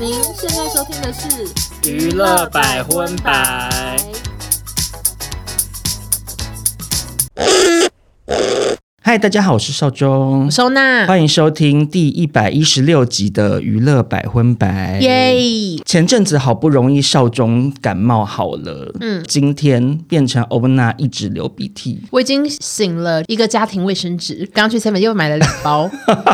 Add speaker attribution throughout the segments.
Speaker 1: 您现在收听的是《
Speaker 2: 娱乐百分百》。
Speaker 3: 嗨，大家好，我是邵忠，
Speaker 1: 收纳，
Speaker 3: 欢迎收听第一百一十六集的娱乐百分百。
Speaker 1: 耶！
Speaker 3: 前阵子好不容易少中感冒好了，嗯，今天变成欧娜一直流鼻涕，
Speaker 1: 我已经醒了一个家庭卫生纸，刚刚去 seven 又买了两 包，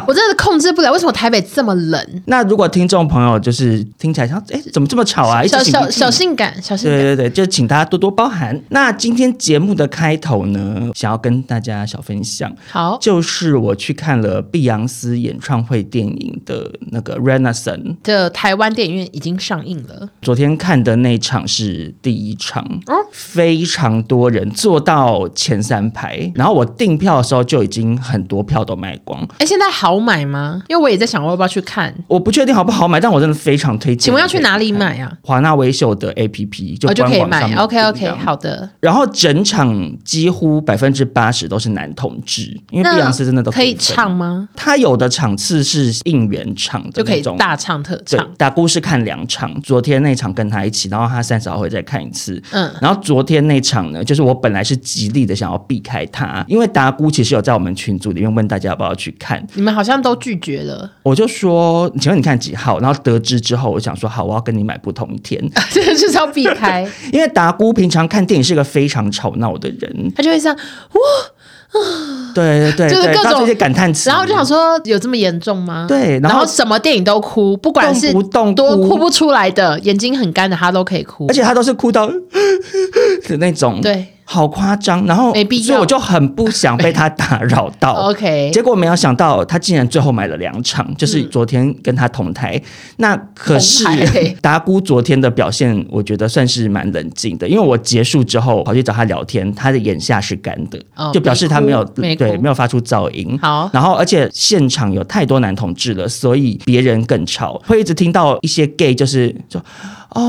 Speaker 1: 我真的控制不了，为什么台北这么冷？
Speaker 3: 那如果听众朋友就是听起来像，哎，怎么这么吵啊？一直
Speaker 1: 小
Speaker 3: 擤
Speaker 1: 小
Speaker 3: 鼻涕
Speaker 1: 小性感，小性
Speaker 3: 对
Speaker 1: 感。
Speaker 3: 对对，就请大家多多包涵。那今天节目的开头呢，想要跟大家小分享，
Speaker 1: 好，
Speaker 3: 就是我去看了碧昂斯演唱会电影的那个《Renaissance》，
Speaker 1: 这台湾电影院已经上映了，
Speaker 3: 昨天看的那场是第一场，
Speaker 1: 哦
Speaker 3: 非常多人坐到前三排，然后我订票的时候就已经很多票都卖光。
Speaker 1: 哎，现在好买吗？因为我也在想我要不要去看。
Speaker 3: 我不确定好不好买，但我真的非常推荐。
Speaker 1: 请问要去哪里买啊？哦
Speaker 3: 华纳维秀的 APP 就
Speaker 1: 我就
Speaker 3: 官
Speaker 1: 可以
Speaker 3: 网上
Speaker 1: 买
Speaker 3: 面。
Speaker 1: ，OK OK，。好的。
Speaker 3: 然后整场几乎百分之八十都是男同志，因为碧昂斯真的都
Speaker 1: 可以
Speaker 3: 分
Speaker 1: 唱。吗？
Speaker 3: 他有的场次是应援场的
Speaker 1: 就可以
Speaker 3: 那种
Speaker 1: 大唱特
Speaker 3: 对
Speaker 1: 唱，，
Speaker 3: 打姑是看两场，昨天那场跟他一起，然后他三十号会再看一次。
Speaker 1: 嗯
Speaker 3: 嗯，然后昨天那场呢，就是我本来是极力的想要避开他，因为达姑其实有在我们群组里面问大家要不要去看，
Speaker 1: 你们好像都拒绝了，
Speaker 3: 我就说，请问你看几号？然后得知之后，我想说好，我要跟你买不同一 天，
Speaker 1: 这个就是要避 开，
Speaker 3: 因为达姑平常看电影是个非常吵闹的人，
Speaker 1: 他就会这样，
Speaker 3: 对对对，
Speaker 1: 就是
Speaker 3: 对
Speaker 1: 各种
Speaker 3: 发出一些感叹词，
Speaker 1: 然后我就想说有这么严重吗？
Speaker 3: 对
Speaker 1: 然
Speaker 3: 然后
Speaker 1: 后什么电影都哭，不管是
Speaker 3: 动不动哭
Speaker 1: 多哭不出来的，眼睛很干的他都可以哭，
Speaker 3: 而且他都是哭到的那种，
Speaker 1: 对
Speaker 3: 好夸张。然后
Speaker 1: 没必要
Speaker 3: 所以我就很不想被他打扰到。
Speaker 1: OK
Speaker 3: 哦
Speaker 1: 嗯
Speaker 3: 结果没有想到他竟然最后买了两场，就是昨天跟他同台。那可是
Speaker 1: 同台
Speaker 3: 达姑昨天的表现，我觉得算是蛮冷静的，因为我结束之后跑去找他聊天，他的眼下是干的，
Speaker 1: 哦
Speaker 3: 就表示他没有
Speaker 1: 没哭没
Speaker 3: 对
Speaker 1: 哭
Speaker 3: 没有发出噪音。
Speaker 1: 好
Speaker 3: 然后而且现场有太多男同志了，所以别人更吵，会一直听到一些 gay 就是说。哦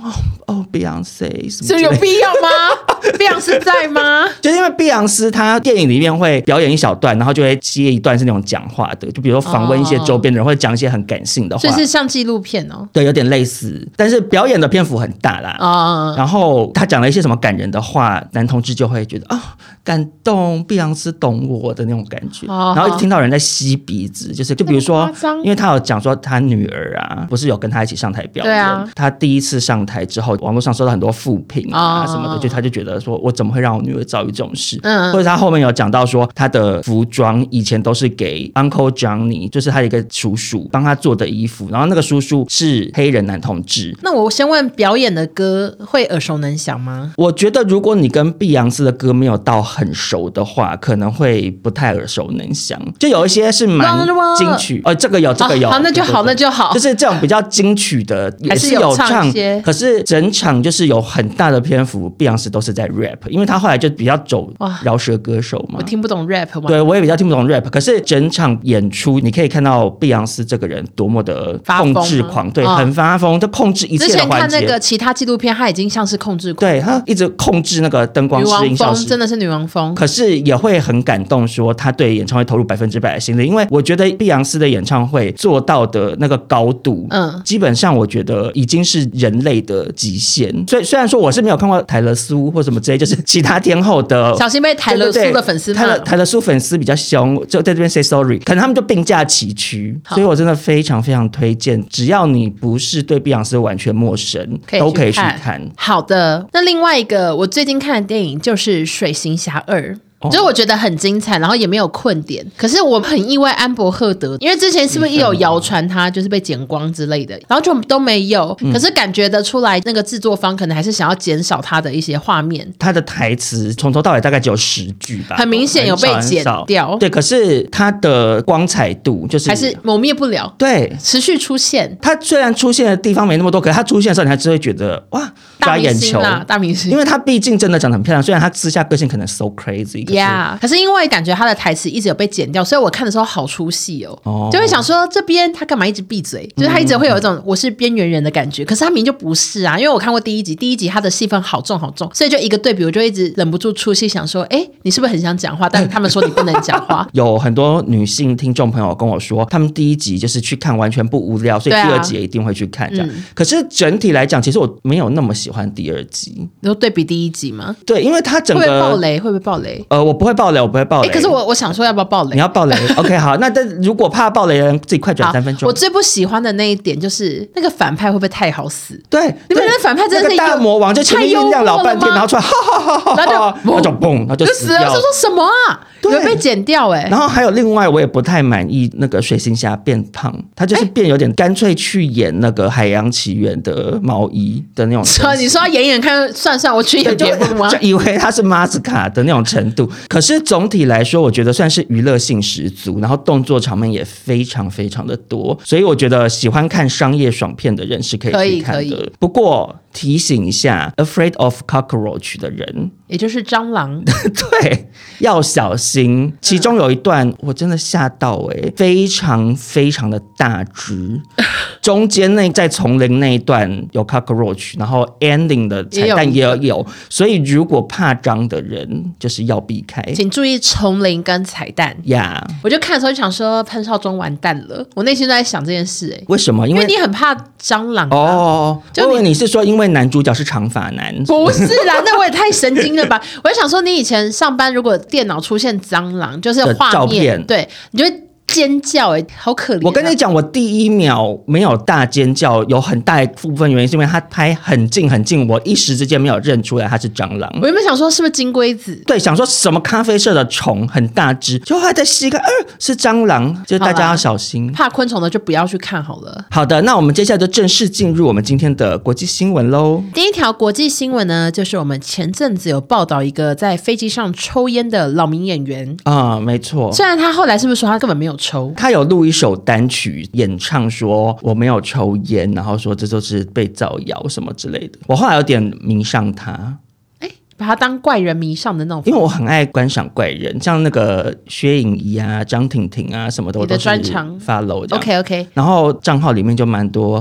Speaker 3: 哦哦，Beyonce 什么之
Speaker 1: 这
Speaker 3: 类
Speaker 1: 有
Speaker 3: 的，
Speaker 1: 必要吗？ 必要是在吗？
Speaker 3: 就是因为碧昂斯她电影里面会表演一小段，然后就会接一段是那种讲话的，就比如说访问一些周边的人，或者讲一些很感性的话，
Speaker 1: 哦就是像纪录片哦，
Speaker 3: 对，有点类似，但是表演的篇幅很大啦。
Speaker 1: 啊、
Speaker 3: 然后他讲了一些什么感人的话，男同志就会觉得啊、感动，碧昂斯懂我的那种感觉。
Speaker 1: 哦
Speaker 3: 然后一听到人在吸鼻子，就是就比如
Speaker 1: 这
Speaker 3: 说
Speaker 1: 么夸张，
Speaker 3: 因为他有讲说他女儿啊，不是有跟他一起上台表
Speaker 1: 对
Speaker 3: 演，
Speaker 1: 啊
Speaker 3: 他第一次上台之后，网络上收到很多负评啊
Speaker 1: 哦
Speaker 3: 什么的，就他就觉得说我怎么会让我女儿遭遇这种事？
Speaker 1: 嗯
Speaker 3: 或者他后面有讲到说他的服装以前都是给 Uncle Johnny，就是他的一个叔叔帮他做的衣服，然后那个叔叔是黑人男同志，
Speaker 1: 那我先问，表演的歌会耳熟能详吗？
Speaker 3: 我觉得如果你跟碧昂斯的歌没有到很熟的话，可能会不太耳熟能详。就有一些是蛮
Speaker 1: Round one
Speaker 3: 金曲，哦，这个有，这个有，
Speaker 1: 啊好好那就好
Speaker 3: 对对对
Speaker 1: 那就好
Speaker 3: 就是这种比较金曲的，也
Speaker 1: 还是有
Speaker 3: 有
Speaker 1: 唱一些
Speaker 3: 可是整场就是有很大的篇幅，碧昂斯都是在 rap，因为他后来就比较走
Speaker 1: 哇
Speaker 3: 饶舌歌手嘛
Speaker 1: 我。听不懂 rap 嘛，
Speaker 3: 对，我也比较听不懂 rap，可是整场演出你可以看到碧昂斯这个人多么的
Speaker 1: 发疯
Speaker 3: 控
Speaker 1: 吗
Speaker 3: 制狂，对，
Speaker 1: 嗯
Speaker 3: 很发疯，就控制一切
Speaker 1: 之
Speaker 3: 的
Speaker 1: 前
Speaker 3: 环
Speaker 1: 看
Speaker 3: 节。
Speaker 1: 那个其他纪录片，他已经像是控制狂，
Speaker 3: 对他一直控制那个灯光
Speaker 1: 女
Speaker 3: 师、音
Speaker 1: 王
Speaker 3: 效
Speaker 1: 风
Speaker 3: 师，
Speaker 1: 真的是女王风，
Speaker 3: 可是也会很感动，说他对演唱会投入百分之百的心力，因为我觉得碧昂斯的演唱会做到的那个高度，
Speaker 1: 嗯
Speaker 3: 嗯，基本上我觉得已经是人类的极限。所以虽然说我是没有看过泰勒苏或什么之类，就是其他天后的。
Speaker 1: 小心被泰勒苏的粉丝
Speaker 3: 泰
Speaker 1: 骂
Speaker 3: 勒。泰勒苏粉丝比较凶，就在这边 say sorry，可能他们就并驾齐驱，
Speaker 1: 好
Speaker 3: 所以我真的非常非常推荐，只要你不是对碧昂斯完全陌生，
Speaker 1: 可以
Speaker 3: 都可以去
Speaker 1: 看
Speaker 3: 看。
Speaker 1: 好的，那另外一个我最近看的电影就是《水行侠二》。
Speaker 3: 哦
Speaker 1: 就是我觉得很精彩，然后也没有困点。可是我很意外安博赫德，因为之前是不是也有谣传他就是被剪光之类
Speaker 3: 嗯
Speaker 1: 的，然后就都没有。可是感觉得出来，那个制作方可能还是想要减少他的一些画面。
Speaker 3: 他的台词从头到尾大概只有十句吧，
Speaker 1: 很明显有被
Speaker 3: 很少
Speaker 1: 剪掉
Speaker 3: 很少对，可是他的光彩度就是啊
Speaker 1: 还是抹灭不了，
Speaker 3: 对。
Speaker 1: 持续出现
Speaker 3: 他虽然出现的地方没那么多，可是他出现的时候，你还是会觉得哇，
Speaker 1: 大
Speaker 3: 抓
Speaker 1: 明
Speaker 3: 眼
Speaker 1: 星啊
Speaker 3: 球。
Speaker 1: 啦，大明星
Speaker 3: 因。为他毕竟真的长得很漂亮，虽然他私下个性可能 so crazy，可是
Speaker 1: Yeah，可是因为感觉他的台词一直有被剪掉，所以我看的时候好出戏哦，
Speaker 3: 哦，
Speaker 1: 就会想说这边他干嘛一直闭嘴？就是他一直会有一种我是边缘人的感觉，可是他明明就不是啊，因为我看过第一集，第一集他的戏份好重好重，所以就一个对比，我就一直忍不住出戏，想说，哎，你是不是很想讲话？但他们说你不能讲话
Speaker 3: 有很多女性听众朋友跟我说，他们第一集就是去看完全不无聊，所以
Speaker 1: 对啊嗯
Speaker 3: 第二集也一定会去看这样。可是整体来讲，其实我没有那么喜欢第二集，
Speaker 1: 你说对比第一集吗？
Speaker 3: 对，因为它
Speaker 1: 会
Speaker 3: 整
Speaker 1: 不会爆
Speaker 3: 个
Speaker 1: 雷？会不会爆雷？
Speaker 3: 呃，我不会爆雷，我不会爆
Speaker 1: 哎、
Speaker 3: 雷。
Speaker 1: 可是我我想说要不要爆雷？
Speaker 3: 你要 爆雷，OK，好，那但如果怕爆雷的人，自己快转
Speaker 1: 好
Speaker 3: 三分钟
Speaker 1: 我。最不喜欢的那一点就是那个反派会不会太好死？
Speaker 3: 对，
Speaker 1: 你们
Speaker 3: 对
Speaker 1: 那反派真的
Speaker 3: 那个
Speaker 1: 是幽
Speaker 3: 大魔王，就前面
Speaker 1: 太幽
Speaker 3: 酝
Speaker 1: 默
Speaker 3: 酿老半天，
Speaker 1: 了吗
Speaker 3: 然后出来，哈哈哈哈哈哈，
Speaker 1: 然后
Speaker 3: 那
Speaker 1: 就
Speaker 3: 种嘣，然后就
Speaker 1: 就
Speaker 3: 死
Speaker 1: 死了，
Speaker 3: 掉
Speaker 1: 这。说什么啊？
Speaker 3: 对
Speaker 1: 有被剪掉哎、
Speaker 3: 然后还有另外，我也不太满意那个水行侠变胖，他就是
Speaker 1: 哎
Speaker 3: 变有点干脆去演那个《海洋奇缘》的毛衣的那种程
Speaker 1: 说
Speaker 3: 度。
Speaker 1: 你说演演看，算算我去演
Speaker 3: 对，就
Speaker 1: 别部吗
Speaker 3: 就？以为他是马斯卡的那种程度。可是总体来说，我觉得算是娱乐性十足，然后动作场面也非常非常的多，所以我觉得喜欢看商业爽片的人是可
Speaker 1: 可
Speaker 3: 以
Speaker 1: 以
Speaker 3: 去看
Speaker 1: 可
Speaker 3: 的
Speaker 1: 以。
Speaker 3: 不过提醒一下，《Afraid of Cockroach》的人，
Speaker 1: 也就是蟑螂，
Speaker 3: 对，要小心。其中有一段我真的吓到哎、非常非常的大只。中间那在丛林那一段有 cockroach，然后 ending 的彩蛋也
Speaker 1: 也有
Speaker 3: 有有，所以如果怕脏的人就是要避开
Speaker 1: 请注意丛林跟彩蛋。
Speaker 3: 呀。
Speaker 1: 我就看的时候就想说潘少忠完蛋了，我内心都在想这件事哎、
Speaker 3: 为什么？因
Speaker 1: 因
Speaker 3: 为
Speaker 1: 为你很怕蟑螂、啊。
Speaker 3: 哦，
Speaker 1: 就
Speaker 3: 我
Speaker 1: 你
Speaker 3: 以为你是说因为男主角是长发男，
Speaker 1: 不是啦，那我也太神经了吧！ 我就想说，你以前上班如果电脑出现蟑螂，就是
Speaker 3: 的
Speaker 1: 画
Speaker 3: 照
Speaker 1: 面
Speaker 3: 片，
Speaker 1: 对，你就会尖叫哎、好可怜啊、
Speaker 3: 我跟你讲，我第一秒没有大尖叫，有很大一部分原因是因为他拍很近很近，我一时之间没有认出来他是蟑螂。
Speaker 1: 我原本想说是不是金龟子，
Speaker 3: 对，想说什么咖啡色的虫很大只，就还在吸看，呃，是蟑螂，就大家要小心。
Speaker 1: 怕昆虫的就不要去看好了。
Speaker 3: 好的，那我们接下来就正式进入我们今天的国际新闻喽。
Speaker 1: 第一条国际新闻呢，就是我们前阵子有报道一个在飞机上抽烟的老名演员，
Speaker 3: 啊、没错。
Speaker 1: 虽然他后来是不是说他根本没有抽？
Speaker 3: 他有录一首单曲，演唱说我没有抽烟，然后说这就是被造谣什么之类的。我后来有点迷上他，
Speaker 1: 哎，把他当怪人迷上的那种。
Speaker 3: 因为我很爱观赏怪人，像那个薛颖仪啊、张婷婷啊什么的，我
Speaker 1: 你的
Speaker 3: 都是
Speaker 1: 专长
Speaker 3: follow 这样
Speaker 1: OK OK，
Speaker 3: 然后账号里面就蛮多，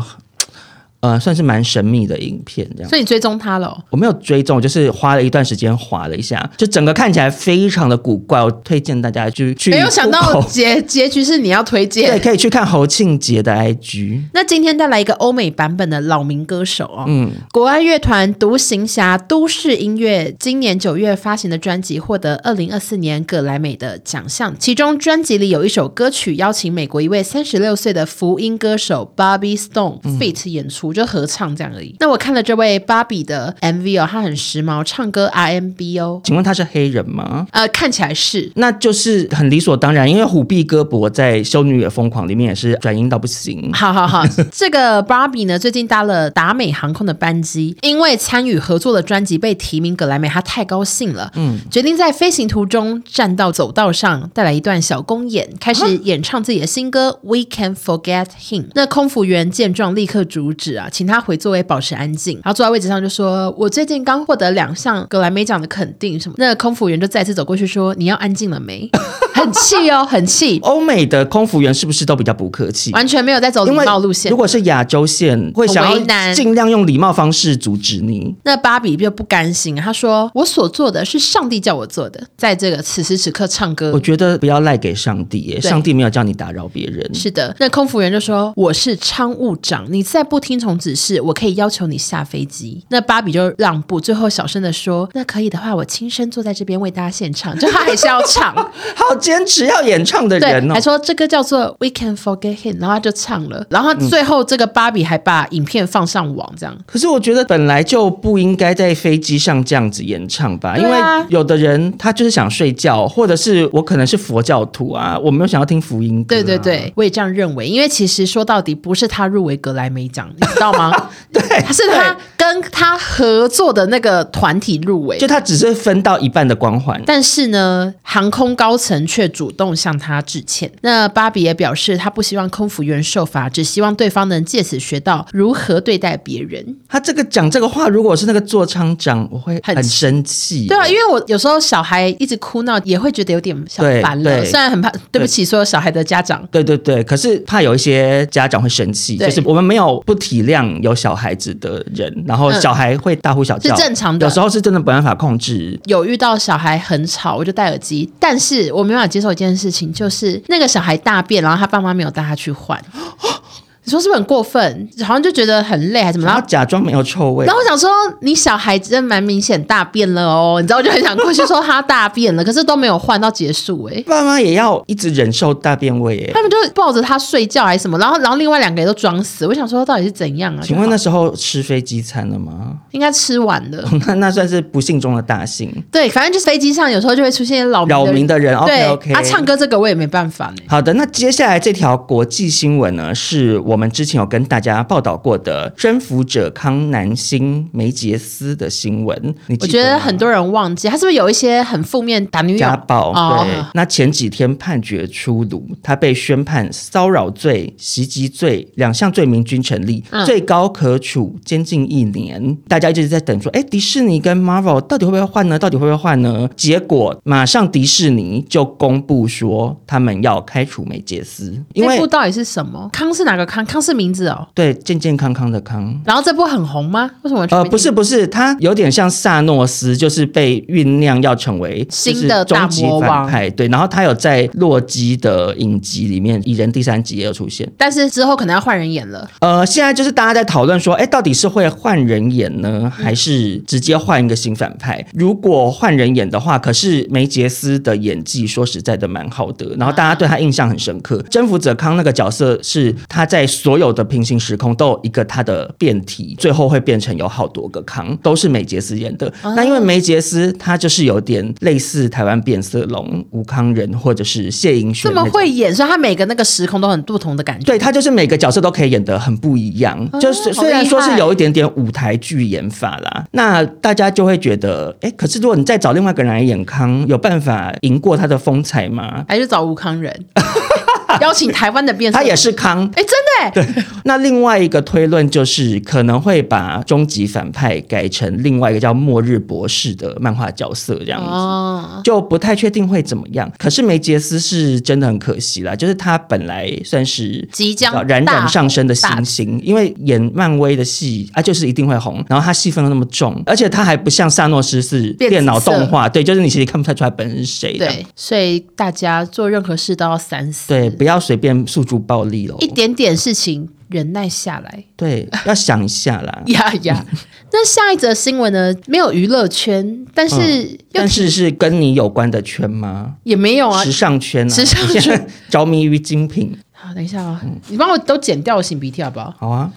Speaker 3: 呃，算是蛮神秘的影片这样。
Speaker 1: 所以你追踪他了哦、
Speaker 3: 我没有追踪，我就是花了一段时间划了一下，就整个看起来非常的古怪。我推荐大家去去
Speaker 1: 没有想到
Speaker 3: Google
Speaker 1: 结结局是你要推
Speaker 3: 对，
Speaker 1: 荐。
Speaker 3: 可以去看侯庆杰的 IG。
Speaker 1: 那今天带来一个欧美版本的老民歌手哦，
Speaker 3: 嗯，
Speaker 1: 国外乐团独行侠都市音乐今年九月发行的专辑获得二零二四年葛莱美的奖项，其中专辑里有一首歌曲邀请美国一位三十六岁的福音歌手 Bobby Stone feat 演出，就合唱这样而已。那我看了这位 Bobby 的 MV 哦，他很时髦，唱歌 RMB 哦，
Speaker 3: 请问他是黑人吗？
Speaker 1: 呃，看起来是。
Speaker 3: 那就是很理所当然，因为虎臂哥伯在《修女也疯狂》里面也是转音到不行。
Speaker 1: 好好 好，这个 Barbie 呢，最近搭了达美航空的班机，因为参与合作的专辑被提名格莱美，她太高兴了，嗯，决定在飞行途中站到走道上，带来一段小公演，开
Speaker 3: 啊
Speaker 1: 始演唱自己的新歌《We Can Forget Him》。那空服员见状立刻阻止啊，请他回座位保持安静，然后坐在位置上就说：“我最近刚获得两项格莱美奖的肯定什么。”那空服员就再次走过去说：“你要安静了没？” 很气哦，很 气。
Speaker 3: 欧美的空服员是不是都比较不客气？
Speaker 1: 完全没有在走礼
Speaker 3: 因为
Speaker 1: 貌路线
Speaker 3: 如。果是亚洲线，会想
Speaker 1: 很为
Speaker 3: 要
Speaker 1: 难
Speaker 3: 尽量用礼貌方式阻止你。
Speaker 1: 那芭比就不甘心，她说：“我所做的是上帝叫我做的，在这个此时此刻唱
Speaker 3: 我
Speaker 1: 歌。
Speaker 3: 觉得不要赖给上帝耶，
Speaker 1: 对
Speaker 3: 上帝没有叫你打扰别人”。
Speaker 1: 是的，那空服员就说：“我是仓务长，你再不听从指示，我可以要求你下飞机。”那芭比就让步，最后小声的说：“那可以的话，我亲身坐在这边为大家献唱。”就她还是要 唱，
Speaker 3: 好坚持要演唱的人
Speaker 1: 对，
Speaker 3: 哦
Speaker 1: 还。说这歌叫做《We Can Forget Him》，然后她就唱了。然后
Speaker 3: 嗯
Speaker 1: 最后这个芭比还把影片放上网，这样
Speaker 3: 可是我觉得本来就不应该在飞机上这样子演唱吧，因
Speaker 1: 对
Speaker 3: 为
Speaker 1: 啊
Speaker 3: 有的人他就是想睡觉，或者是我可能是佛教徒啊，我没有想要听福音歌、啊
Speaker 1: 对对，对，我也这样 认为，因为其实说到底不是他入围格莱美奖，你知道吗？
Speaker 3: 对，
Speaker 1: 是他跟跟他合作的那个团体入围
Speaker 3: 就。他只是分到一半的光环。
Speaker 1: 但是呢，航空高层却主动向他致歉。那芭比也表示，他不希望空服员受罚，只希望对方能借此学到如何对待别人。
Speaker 3: 他这个讲这个话，如果我是那个座舱长，我会
Speaker 1: 很
Speaker 3: 很生气。
Speaker 1: 对啊，因为我有时候小孩一直哭闹，也会觉得有点小
Speaker 3: 对
Speaker 1: 烦了。
Speaker 3: 对
Speaker 1: 虽然很怕，对不起，所有小孩的家长。
Speaker 3: 对对对，可是怕有一些家长会生气，
Speaker 1: 对
Speaker 3: 就是我们没有不体谅有小孩子的人，然后
Speaker 1: 嗯
Speaker 3: 小孩会大呼小叫，
Speaker 1: 是正常的
Speaker 3: 有时候是真的没办法控制。
Speaker 1: 有遇到小孩很吵，我就戴耳机。但是我没办法接受一件事情，就是那个小孩大便，然后他爸妈没有带他 去换。你说是不是很过分？好像就觉得很累，还是怎么？
Speaker 3: 然
Speaker 1: 然
Speaker 3: 后
Speaker 1: 后，
Speaker 3: 假装没有臭味
Speaker 1: 然，后我想说，你小孩真蛮明显大便了哦，你知道，我就很想过去说他大便了，可是都没有换到结束、欸，
Speaker 3: 爸妈也要一直忍受大便味耶。
Speaker 1: 他们就抱着他睡觉还是什么，然后，然后另外两个人都装死。我想说，到底是怎样啊？
Speaker 3: 请问那时候吃飞机餐了吗？
Speaker 1: 应该吃完了。
Speaker 3: 那那算是不幸中的大幸。
Speaker 1: 对，反正就是飞机上有时候就会出现扰民的
Speaker 3: 扰民的人
Speaker 1: 哦对
Speaker 3: ，OK OK。
Speaker 1: 啊，唱歌这个我也没办法呢。
Speaker 3: 好的，那接下来这条国际新闻呢，是我们之前有跟大家报道过的征服者康南星梅杰斯的新闻。你
Speaker 1: 我
Speaker 3: 记
Speaker 1: 觉得
Speaker 3: 得
Speaker 1: 很
Speaker 3: 吗
Speaker 1: 多人忘记，他是不是有一些很负面打女友
Speaker 3: 家暴、
Speaker 1: 哦
Speaker 3: 对，那前几天判决出炉，他被宣判骚扰罪、袭击罪两项罪名均成立，
Speaker 1: 嗯
Speaker 3: 最高可处监禁一年。大家一直在等说，哎，迪士尼跟 Marvel 到底会不会换呢？到底会不会换呢？结果马上迪士尼就公布说，他们要开除梅杰斯，因
Speaker 1: 那
Speaker 3: 为
Speaker 1: 部到底是什么？康是哪个康？康是名字哦。
Speaker 3: 对健健康康的康。
Speaker 1: 然后这部很红吗？为什么我全
Speaker 3: 呃，
Speaker 1: 没听
Speaker 3: 不是不是，他有点像萨诺斯，就是被酝酿要成为就是
Speaker 1: 新的大
Speaker 3: 终极
Speaker 1: 魔王
Speaker 3: 反派。对，然后他有在洛基的影集里面，《蚁人》第三集也有出现。
Speaker 1: 但是之后可能要换人演了。
Speaker 3: 呃，现在就是大家在讨论说，哎，到底是会换人演呢，还是直接换一个新反派？如果换人演的话，可是梅杰斯的演技说实在的蛮好的，然后大家对他印象很深刻。征服者康那个角色是他在所有的平行时空都有一个他的变体，最后会变成有好多个康，都是梅杰斯演的。那因为梅杰斯他就是有点类似台湾变色龙、吴康仁或者是谢盈萱
Speaker 1: 这
Speaker 3: 那
Speaker 1: 么
Speaker 3: 种
Speaker 1: 会演，所以他每个那个时空都很不同的感觉。
Speaker 3: 对他就是每个角色都可以演得很不一样，就是
Speaker 1: 哦好
Speaker 3: 虽然
Speaker 1: 厉
Speaker 3: 说是
Speaker 1: 害
Speaker 3: 有一点点舞台剧演法啦，那大家就会觉得，哎，可是如果你再找另外一个人来演康，有办法赢过他的风采吗？
Speaker 1: 还是找吴 康人，邀请台湾的变色
Speaker 3: 他
Speaker 1: 龙。
Speaker 3: 也是康，
Speaker 1: 哎，真的哎，
Speaker 3: 那另外一个推论就是可能会把终极反派改成另外一个叫末日博士的漫画角色这样子。
Speaker 1: 哦，
Speaker 3: 就不太确定会怎么样。可是梅杰斯是真的很可惜啦，就是他本来算是
Speaker 1: 即将
Speaker 3: 冉冉上升的
Speaker 1: 大
Speaker 3: 新星，因为演漫威的戏啊，就是一定会红。然后他戏份又那么重，而且他还不像萨诺斯是
Speaker 1: 变紫色
Speaker 3: 电脑动画，对，就是你其实看不太出来本人是谁的。
Speaker 1: 对，所以大家做任何事都要三思，
Speaker 3: 对，不要随便诉诸暴力喽
Speaker 1: 一。点点事情忍耐下来。。
Speaker 3: 对，要想一下啦
Speaker 1: 呀 呀！那下一则新闻呢？没有娱乐圈，但是又
Speaker 3: 嗯但是是跟你有关的圈吗？
Speaker 1: 也没有啊
Speaker 3: 时。尚圈啊，
Speaker 1: 时尚 圈
Speaker 3: 你现在着迷于精品，
Speaker 1: 好，等一下啊、你帮我都剪掉我擤鼻涕好不好？
Speaker 3: 好啊。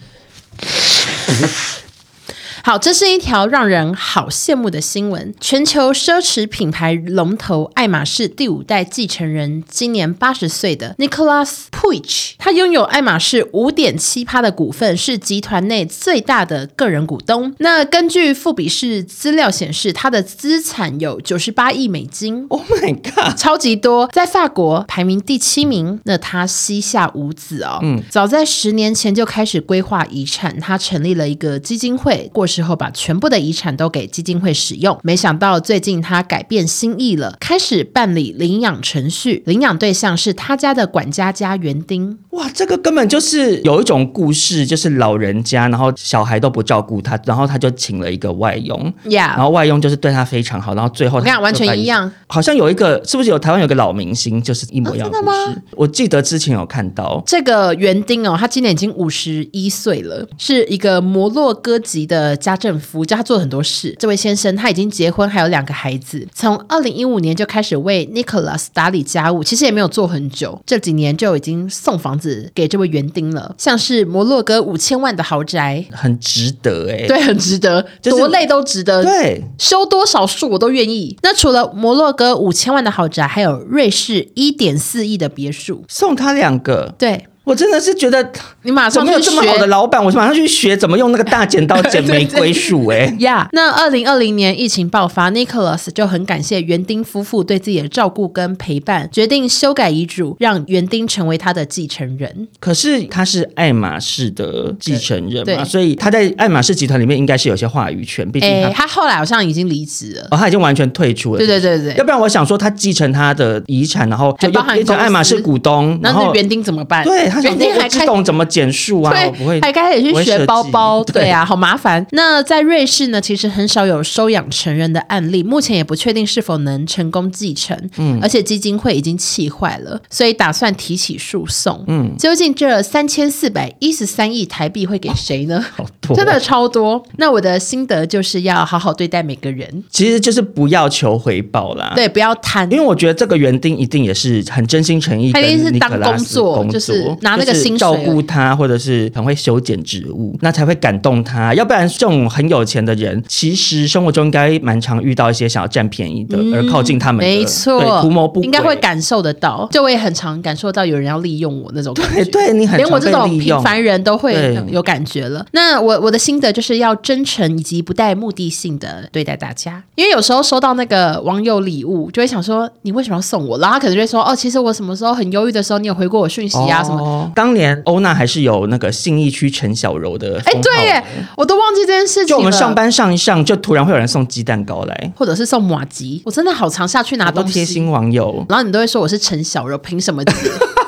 Speaker 1: 好，这是一条让人好羡慕的新闻。全球奢侈品牌龙头爱马仕第五代继承人，今年八十岁的 Nicolas Puig，他拥有爱马仕五点七趴的股份，是集团内最大的个人股东。那根据富比士资料显示，他的资产有九十八亿美金，
Speaker 3: Oh my god！
Speaker 1: 超级多，在法国排名第七名。那他膝下无子哦，早在十年前就开始规划遗产，他成立了一个基金会，过世后把全部的遗产都给基金会使用。没想到最近他改变心意了，开始办理领养程序，领养对象是他家的管家家园丁。
Speaker 3: 哇，这个根本就是有一种故事，就是老人家，然后小孩都不照顾他，然后他就请了一个外佣。然
Speaker 1: Yeah，
Speaker 3: 后外佣就是对他非常好，然后最后
Speaker 1: 我跟你
Speaker 3: 他
Speaker 1: 讲，完全一。样。
Speaker 3: 好像有一个，是不是有台湾有个老明星，就是一模一样的
Speaker 1: 啊真
Speaker 3: 故
Speaker 1: 的
Speaker 3: 事？
Speaker 1: 吗
Speaker 3: 我记得之前有看到，
Speaker 1: 这个园丁哦，他今年已经五十一岁了，是一个摩洛哥籍的家政夫，叫他做很多事。这位先生他已经结婚，还有两个孩子，从二零一五年就开始为 Nicholas 打理家务，其实也没有做很久，这几年就已经送房子给这位园丁了，像是摩洛哥五千万的豪宅，
Speaker 3: 很值得哎、
Speaker 1: 对，很值得，
Speaker 3: 就是
Speaker 1: 多累都值得，
Speaker 3: 对，
Speaker 1: 修多少树我都愿意。那除了摩洛哥五千万的豪宅，还有瑞士一点四亿的别墅，
Speaker 3: 送他两个，
Speaker 1: 对。
Speaker 3: 我真的是觉得
Speaker 1: 你马
Speaker 3: 怎
Speaker 1: 上
Speaker 3: 么
Speaker 1: 啊去
Speaker 3: 有这么好的
Speaker 1: 学
Speaker 3: 老板，我马上去学怎么用那个大剪刀 剪玫瑰树、哎，
Speaker 1: 呀那二零二零年疫情爆发，Nicholas 就很感谢园丁夫妇对自己的照顾跟陪伴，决定修改遗嘱，让园丁成为他的继承人。
Speaker 3: 可是他是爱马仕的继承人
Speaker 1: 对
Speaker 3: 嘛，
Speaker 1: 对
Speaker 3: 所以他在爱马仕集团里面应该是有些话语权，毕竟
Speaker 1: 哎、
Speaker 3: 他、
Speaker 1: 他后来好像已经离职了。
Speaker 3: 哦他已经完全退出了。
Speaker 1: 对对
Speaker 3: 是不是。
Speaker 1: 对对
Speaker 3: 要，不然我想说，他继承他的遗产，然后就
Speaker 1: 还包
Speaker 3: 又
Speaker 1: 含
Speaker 3: 变成
Speaker 1: 公司
Speaker 3: 爱马仕股东，
Speaker 1: 那
Speaker 3: 然
Speaker 1: 那
Speaker 3: 后
Speaker 1: 园丁怎么办？
Speaker 3: 对他想
Speaker 1: 园
Speaker 3: 说
Speaker 1: 丁还
Speaker 3: 我只
Speaker 1: 开
Speaker 3: 懂怎么减数啊，我不会
Speaker 1: 对，还开始
Speaker 3: 不
Speaker 1: 去
Speaker 3: 会设
Speaker 1: 学
Speaker 3: 计
Speaker 1: 包包，
Speaker 3: 对
Speaker 1: 对啊，好麻烦。那在瑞士呢，其实很少有收养成人的案例，目前也不确定是否能成功继承。嗯，而且基金会已经气坏了，所以打算提起诉讼。嗯，究竟这三千四百一十三亿台币会给 谁呢？
Speaker 3: 好多啊
Speaker 1: 真的超多。那我的心得就是要好好对待每个人，
Speaker 3: 其实就是不要求回报啦。。
Speaker 1: 对，不要贪
Speaker 3: 因。为我觉得这个园丁一定也是很真心诚意
Speaker 1: 他
Speaker 3: 跟
Speaker 1: 一定
Speaker 3: 尼
Speaker 1: 是
Speaker 3: 可拉斯，
Speaker 1: 当工作
Speaker 3: 工
Speaker 1: 就是拿那个
Speaker 3: 就是
Speaker 1: 薪水
Speaker 3: 照顾他，或者是很会修剪植物，那才会感动他。要不然，这种很有钱的人，其实生活中应该蛮常遇到一些想要占便宜的，而靠近他们的，
Speaker 1: 嗯没错
Speaker 3: 对，图谋不轨
Speaker 1: 应该会。感受得到，就我也很常感受到有人要利用我那种感觉。
Speaker 3: 对对你很
Speaker 1: 连我
Speaker 3: 常
Speaker 1: 这
Speaker 3: 被
Speaker 1: 种
Speaker 3: 利
Speaker 1: 平
Speaker 3: 用
Speaker 1: 凡人都会
Speaker 3: 对
Speaker 1: 有有感觉了。那我我的心得就是要真诚以及不带目的性的对待大家，因为有时候收到那个网友礼物，就会想说你为什么要送我？然后他可能就会说哦，其实我什么时候很忧郁的时候，你有回过我讯息啊、什么。
Speaker 3: 么？哦当年欧娜还是有那个信义区陈小柔的
Speaker 1: 哎，
Speaker 3: 封号
Speaker 1: 对耶，我都忘记这件事情了。
Speaker 3: 哦就我们上班上一上，就突然会有人送鸡蛋糕来，
Speaker 1: 或者是送马吉，我真的好常下去拿
Speaker 3: 好多
Speaker 1: 东西。
Speaker 3: 贴心网友。
Speaker 1: 然后你都会说我是陈小柔，凭什么你？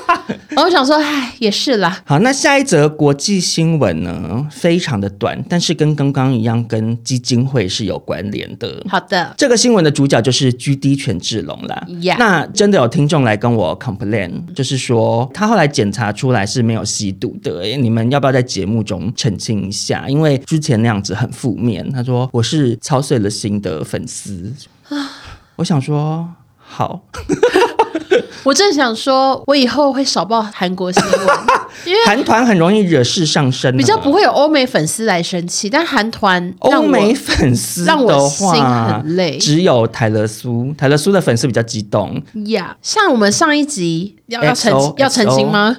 Speaker 1: 然后我想说，唉，也是啦。
Speaker 3: 好，那下一则国际新闻呢，非常的短，但是跟刚刚一样，跟基金会是有关联的。
Speaker 1: 好的，
Speaker 3: 这个新闻的主角就是 G D 权志龙啦。
Speaker 1: Yeah
Speaker 3: 那真的有听众来跟我 complain，就是说他后来检查出来是没有吸毒的、诶你们要不要在节目中澄清一下？因为之前那样子很负面。他说我是操碎了心的粉丝，
Speaker 1: 啊
Speaker 3: 我想说好，
Speaker 1: 我正想说，我以后会少报韩国新闻， 因为
Speaker 3: 韩团很容易惹事上身、啊，
Speaker 1: 比较不会有欧美粉丝来生气，但韩团让
Speaker 3: 欧
Speaker 1: 我
Speaker 3: 美粉丝
Speaker 1: 让我
Speaker 3: 的
Speaker 1: 心
Speaker 3: 话
Speaker 1: 很累
Speaker 3: 只有泰勒苏，泰勒苏的粉丝比较激动。
Speaker 1: 呀像我们上一集要
Speaker 3: XO
Speaker 1: 要澄清要澄清吗？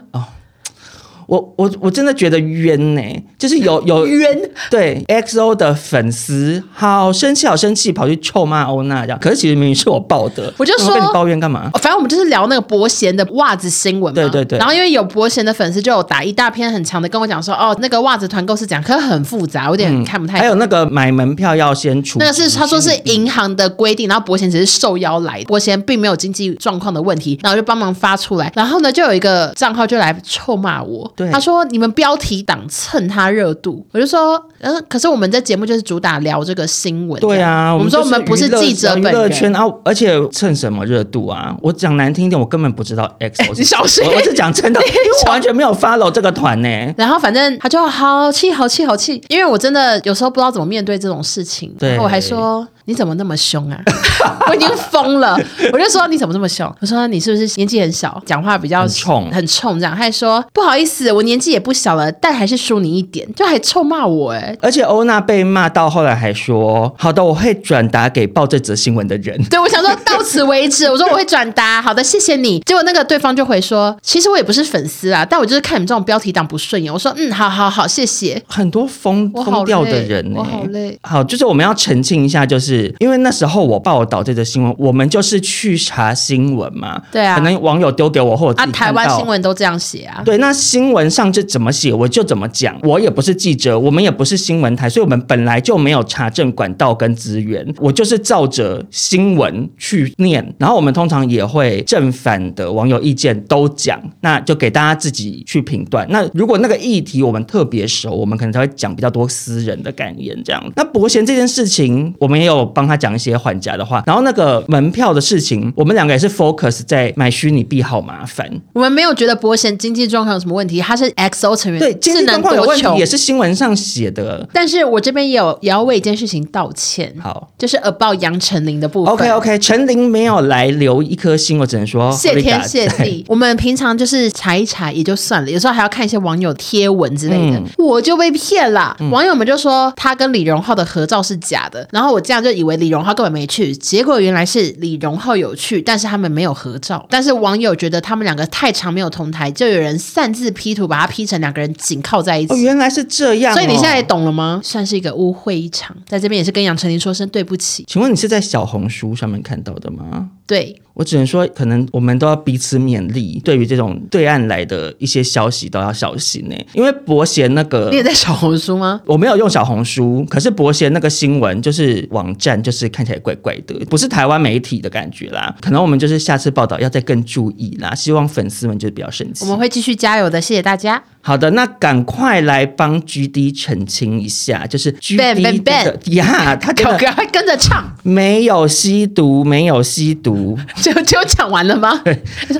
Speaker 3: 我我我真的觉得冤呢、就是有有
Speaker 1: 冤
Speaker 3: 对 XO 的粉丝好生气，好生气，跑去臭骂欧娜这样。可是其实明明是我报的，
Speaker 1: 我就说
Speaker 3: 跟你抱怨干嘛？
Speaker 1: 哦反正我们就是聊那个伯贤的袜子新闻嘛，
Speaker 3: 对对对
Speaker 1: 然后因为有伯贤的粉丝就有打一大篇很长的跟我讲说，哦，那个袜子团购是这样，可是很复杂，我有点看不太
Speaker 3: 嗯
Speaker 1: 懂。
Speaker 3: 还有那个买门票要先出，嗯
Speaker 1: 那个是他说是银行的规定，然后伯贤只是受邀来，伯贤并没有经济状况的问题，然后就帮忙发出来。然后呢，就有一个账号就来臭骂我
Speaker 3: 对，
Speaker 1: 他说你们标题党蹭他热度，我就说嗯，可是我们这节目就是主打聊这个新闻，
Speaker 3: 对啊，
Speaker 1: 我们说我们不
Speaker 3: 就是娱乐
Speaker 1: 记者
Speaker 3: 娱
Speaker 1: 本
Speaker 3: 乐圈
Speaker 1: 人。
Speaker 3: 啊，而且蹭什么热度啊？我讲难听一点，我根本不知道 X，
Speaker 1: 你小心
Speaker 3: 我我是讲真 的，因为我完全没有 follow 这个团呢、
Speaker 1: 然后反正他就好气好气好气，因为我真的有时候不知道怎么面对这种事情，
Speaker 3: 对
Speaker 1: 然后我还说你怎么那么凶啊？ 我已经疯了，我就说你怎么这么凶？我说你是不是年纪很小，讲话比较
Speaker 3: 很冲
Speaker 1: 很冲这样？他还说不好意思，我年纪也不小了，但还是输你一点，就还臭骂我哎、
Speaker 3: 而且欧娜被骂到后来还说：“好的，我会转达给报这则新闻的人。
Speaker 1: 对，我想说到此为止，我说我会转达，好的，谢谢你。结果那个对方就回说，其实我也不是粉丝啊，但我就是看你们这种标题党不顺眼。我说嗯，好好好，谢谢。”
Speaker 3: 很多疯
Speaker 1: 我好
Speaker 3: 疯掉的人、
Speaker 1: 累
Speaker 3: 呢。
Speaker 1: 我好累
Speaker 3: 好，就是我们要澄清一下，就是因为那时候我报道这则新闻，我们就是去查新闻嘛。
Speaker 1: 对啊
Speaker 3: 可能网友丢给我，或者
Speaker 1: 啊，
Speaker 3: 自己
Speaker 1: 台
Speaker 3: 看
Speaker 1: 湾
Speaker 3: 到
Speaker 1: 新。闻都这样写啊。
Speaker 3: 对，那新闻上就怎么写我就怎么讲，我也不是记者，我们也不是新闻台，所以我们本来就没有查证管道跟资源，我就是照着新闻去念，然后我们通常也会正反的网友意见都讲，那就给大家自己去评断。那如果那个议题我们特别熟，我们可能才会讲比较多私人的感言这样。那伯贤这件事情，我们也有帮他讲一些缓夹的话，然后那个门票的事情，我们两个也是 focus 在买虚拟币好麻烦，
Speaker 1: 我们没有觉得伯贤经济状况有什么问题，他是 XO 成员，
Speaker 3: 对，经
Speaker 1: 是
Speaker 3: 济状
Speaker 1: 能
Speaker 3: 况有
Speaker 1: 多
Speaker 3: 问题
Speaker 1: 穷
Speaker 3: 也。是新闻上写的。
Speaker 1: 但是我这边也有也要为一件事情道歉，
Speaker 3: 好
Speaker 1: 就是 about 杨丞琳的部分。
Speaker 3: ，OK OK，陈琳没有来留一颗心，我只能说
Speaker 1: 谢天
Speaker 3: Holy God
Speaker 1: 谢地， 我们平常就是查一查也就算了，有时候还要看一些网友贴文之
Speaker 3: 嗯
Speaker 1: 类的，我就被骗啦。网友们就说他跟李荣浩的合照是假的，然后我这样就以为李荣浩根本没去，结果原来是李荣浩有去，但是他们没有合照。但是网友觉得他们两个太长没有同台，就有人擅自 P 图，把它 P 成两个人紧靠在一起。
Speaker 3: 哦，原来是这样、哦。
Speaker 1: 所以你现在也，懂了吗？算是一个误会一场，在这边也是跟杨丞琳说声对不起。
Speaker 3: 请问你是在小红书上面看到的吗？
Speaker 1: 对，
Speaker 3: 我只能说，可能我们都要彼此勉励，对于这种对岸来的一些消息都要小心呢、因为伯贤那个
Speaker 1: 你也在小红书吗？
Speaker 3: 我没有用小红书，可是伯贤那个新闻就是网站，就是看起来怪怪的，不是台湾媒体的感觉啦。可能我们就是下次报道要再更注意啦，希望粉丝们就是不要生气
Speaker 1: 我。们会继续加油的，谢谢大家。
Speaker 3: 好的，那赶快来帮 G D 澄清一下，就是 G
Speaker 1: Ben,
Speaker 3: D
Speaker 1: Ben,
Speaker 3: 的呀，他真
Speaker 1: 狗
Speaker 3: 的
Speaker 1: 哥会跟着唱，
Speaker 3: 没有吸毒，没有吸毒，
Speaker 1: 就就讲完了吗？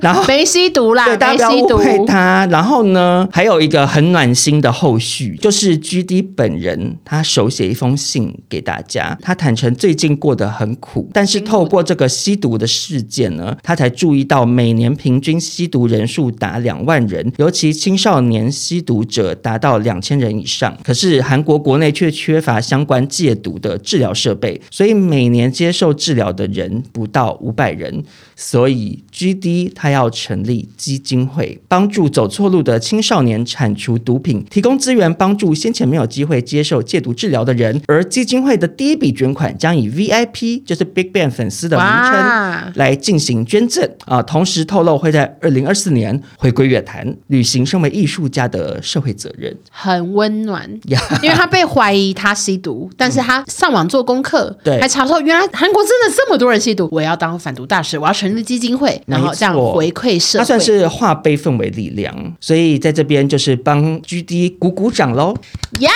Speaker 3: 然后。
Speaker 1: 没吸毒啦
Speaker 3: 对，，大
Speaker 1: 没
Speaker 3: 家不
Speaker 1: 吸
Speaker 3: 要误
Speaker 1: 毒。
Speaker 3: 会他。然后呢，还有一个很暖心的后续，就是 G D 本人他手写一封信给大家，他坦诚最近过得很苦，但是透过这个吸毒的事件呢，他才注意到每年平均吸毒人数达两万人，尤其青少年吸毒者达到两千人以上。可是韩国国内却缺乏相关戒毒的治疗设备，所以每年接受治疗的人不到五百人。所以 GD 他要成立基金会，帮助走错路的青少年铲除毒品，提供资源帮助先前没有机会接受戒毒治疗的人。而基金会的第一笔捐款将以 VIP，就是 Big Bang 粉丝的名称。
Speaker 1: 哇，
Speaker 3: 来进行捐赠啊，同时透露会在二零二四年回归乐坛，履行身为艺术家的社会责任。
Speaker 1: 很温暖。
Speaker 3: 呀、
Speaker 1: 因为他被怀疑他吸毒，但是他上网做功课，
Speaker 3: 对
Speaker 1: 还查到原来韩国真的这么多人吸毒，我要当反毒大使，我要成立基金会，然后这样
Speaker 3: 没错
Speaker 1: 回馈社
Speaker 3: 它
Speaker 1: 会。
Speaker 3: 算是化悲愤为力量，所以在这边就是帮 GD 鼓鼓掌喽。
Speaker 1: 呀。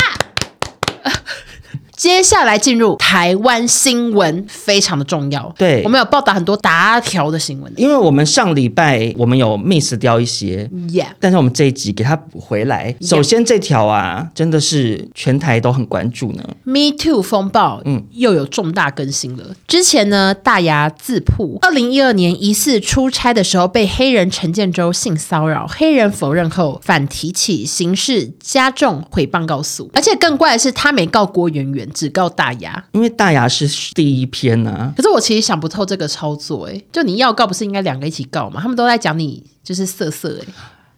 Speaker 1: 接下来进入台湾新闻，非常的重要。
Speaker 3: 对
Speaker 1: 我们有报道很多达条的新闻
Speaker 3: 因为我们上礼拜我们有 miss 掉一些，
Speaker 1: ，Yeah，
Speaker 3: 但是我们这一集给它补回来。首先这条啊，真的是全台都很关注呢。
Speaker 1: Me Too 风暴，嗯，又有重大更新了。之前呢，大牙自曝，二零一二年疑似出差的时候被黑人陈建州性骚扰，黑人否认后反提起刑事加重诽谤告诉，而且更怪的是他没告郭圆圆，只告大牙。
Speaker 3: 因为大牙是第一篇啊，
Speaker 1: 可是我其实想不透这个操作、欸，就你要告不是应该两个一起告吗？他们都在讲你就是色色、欸，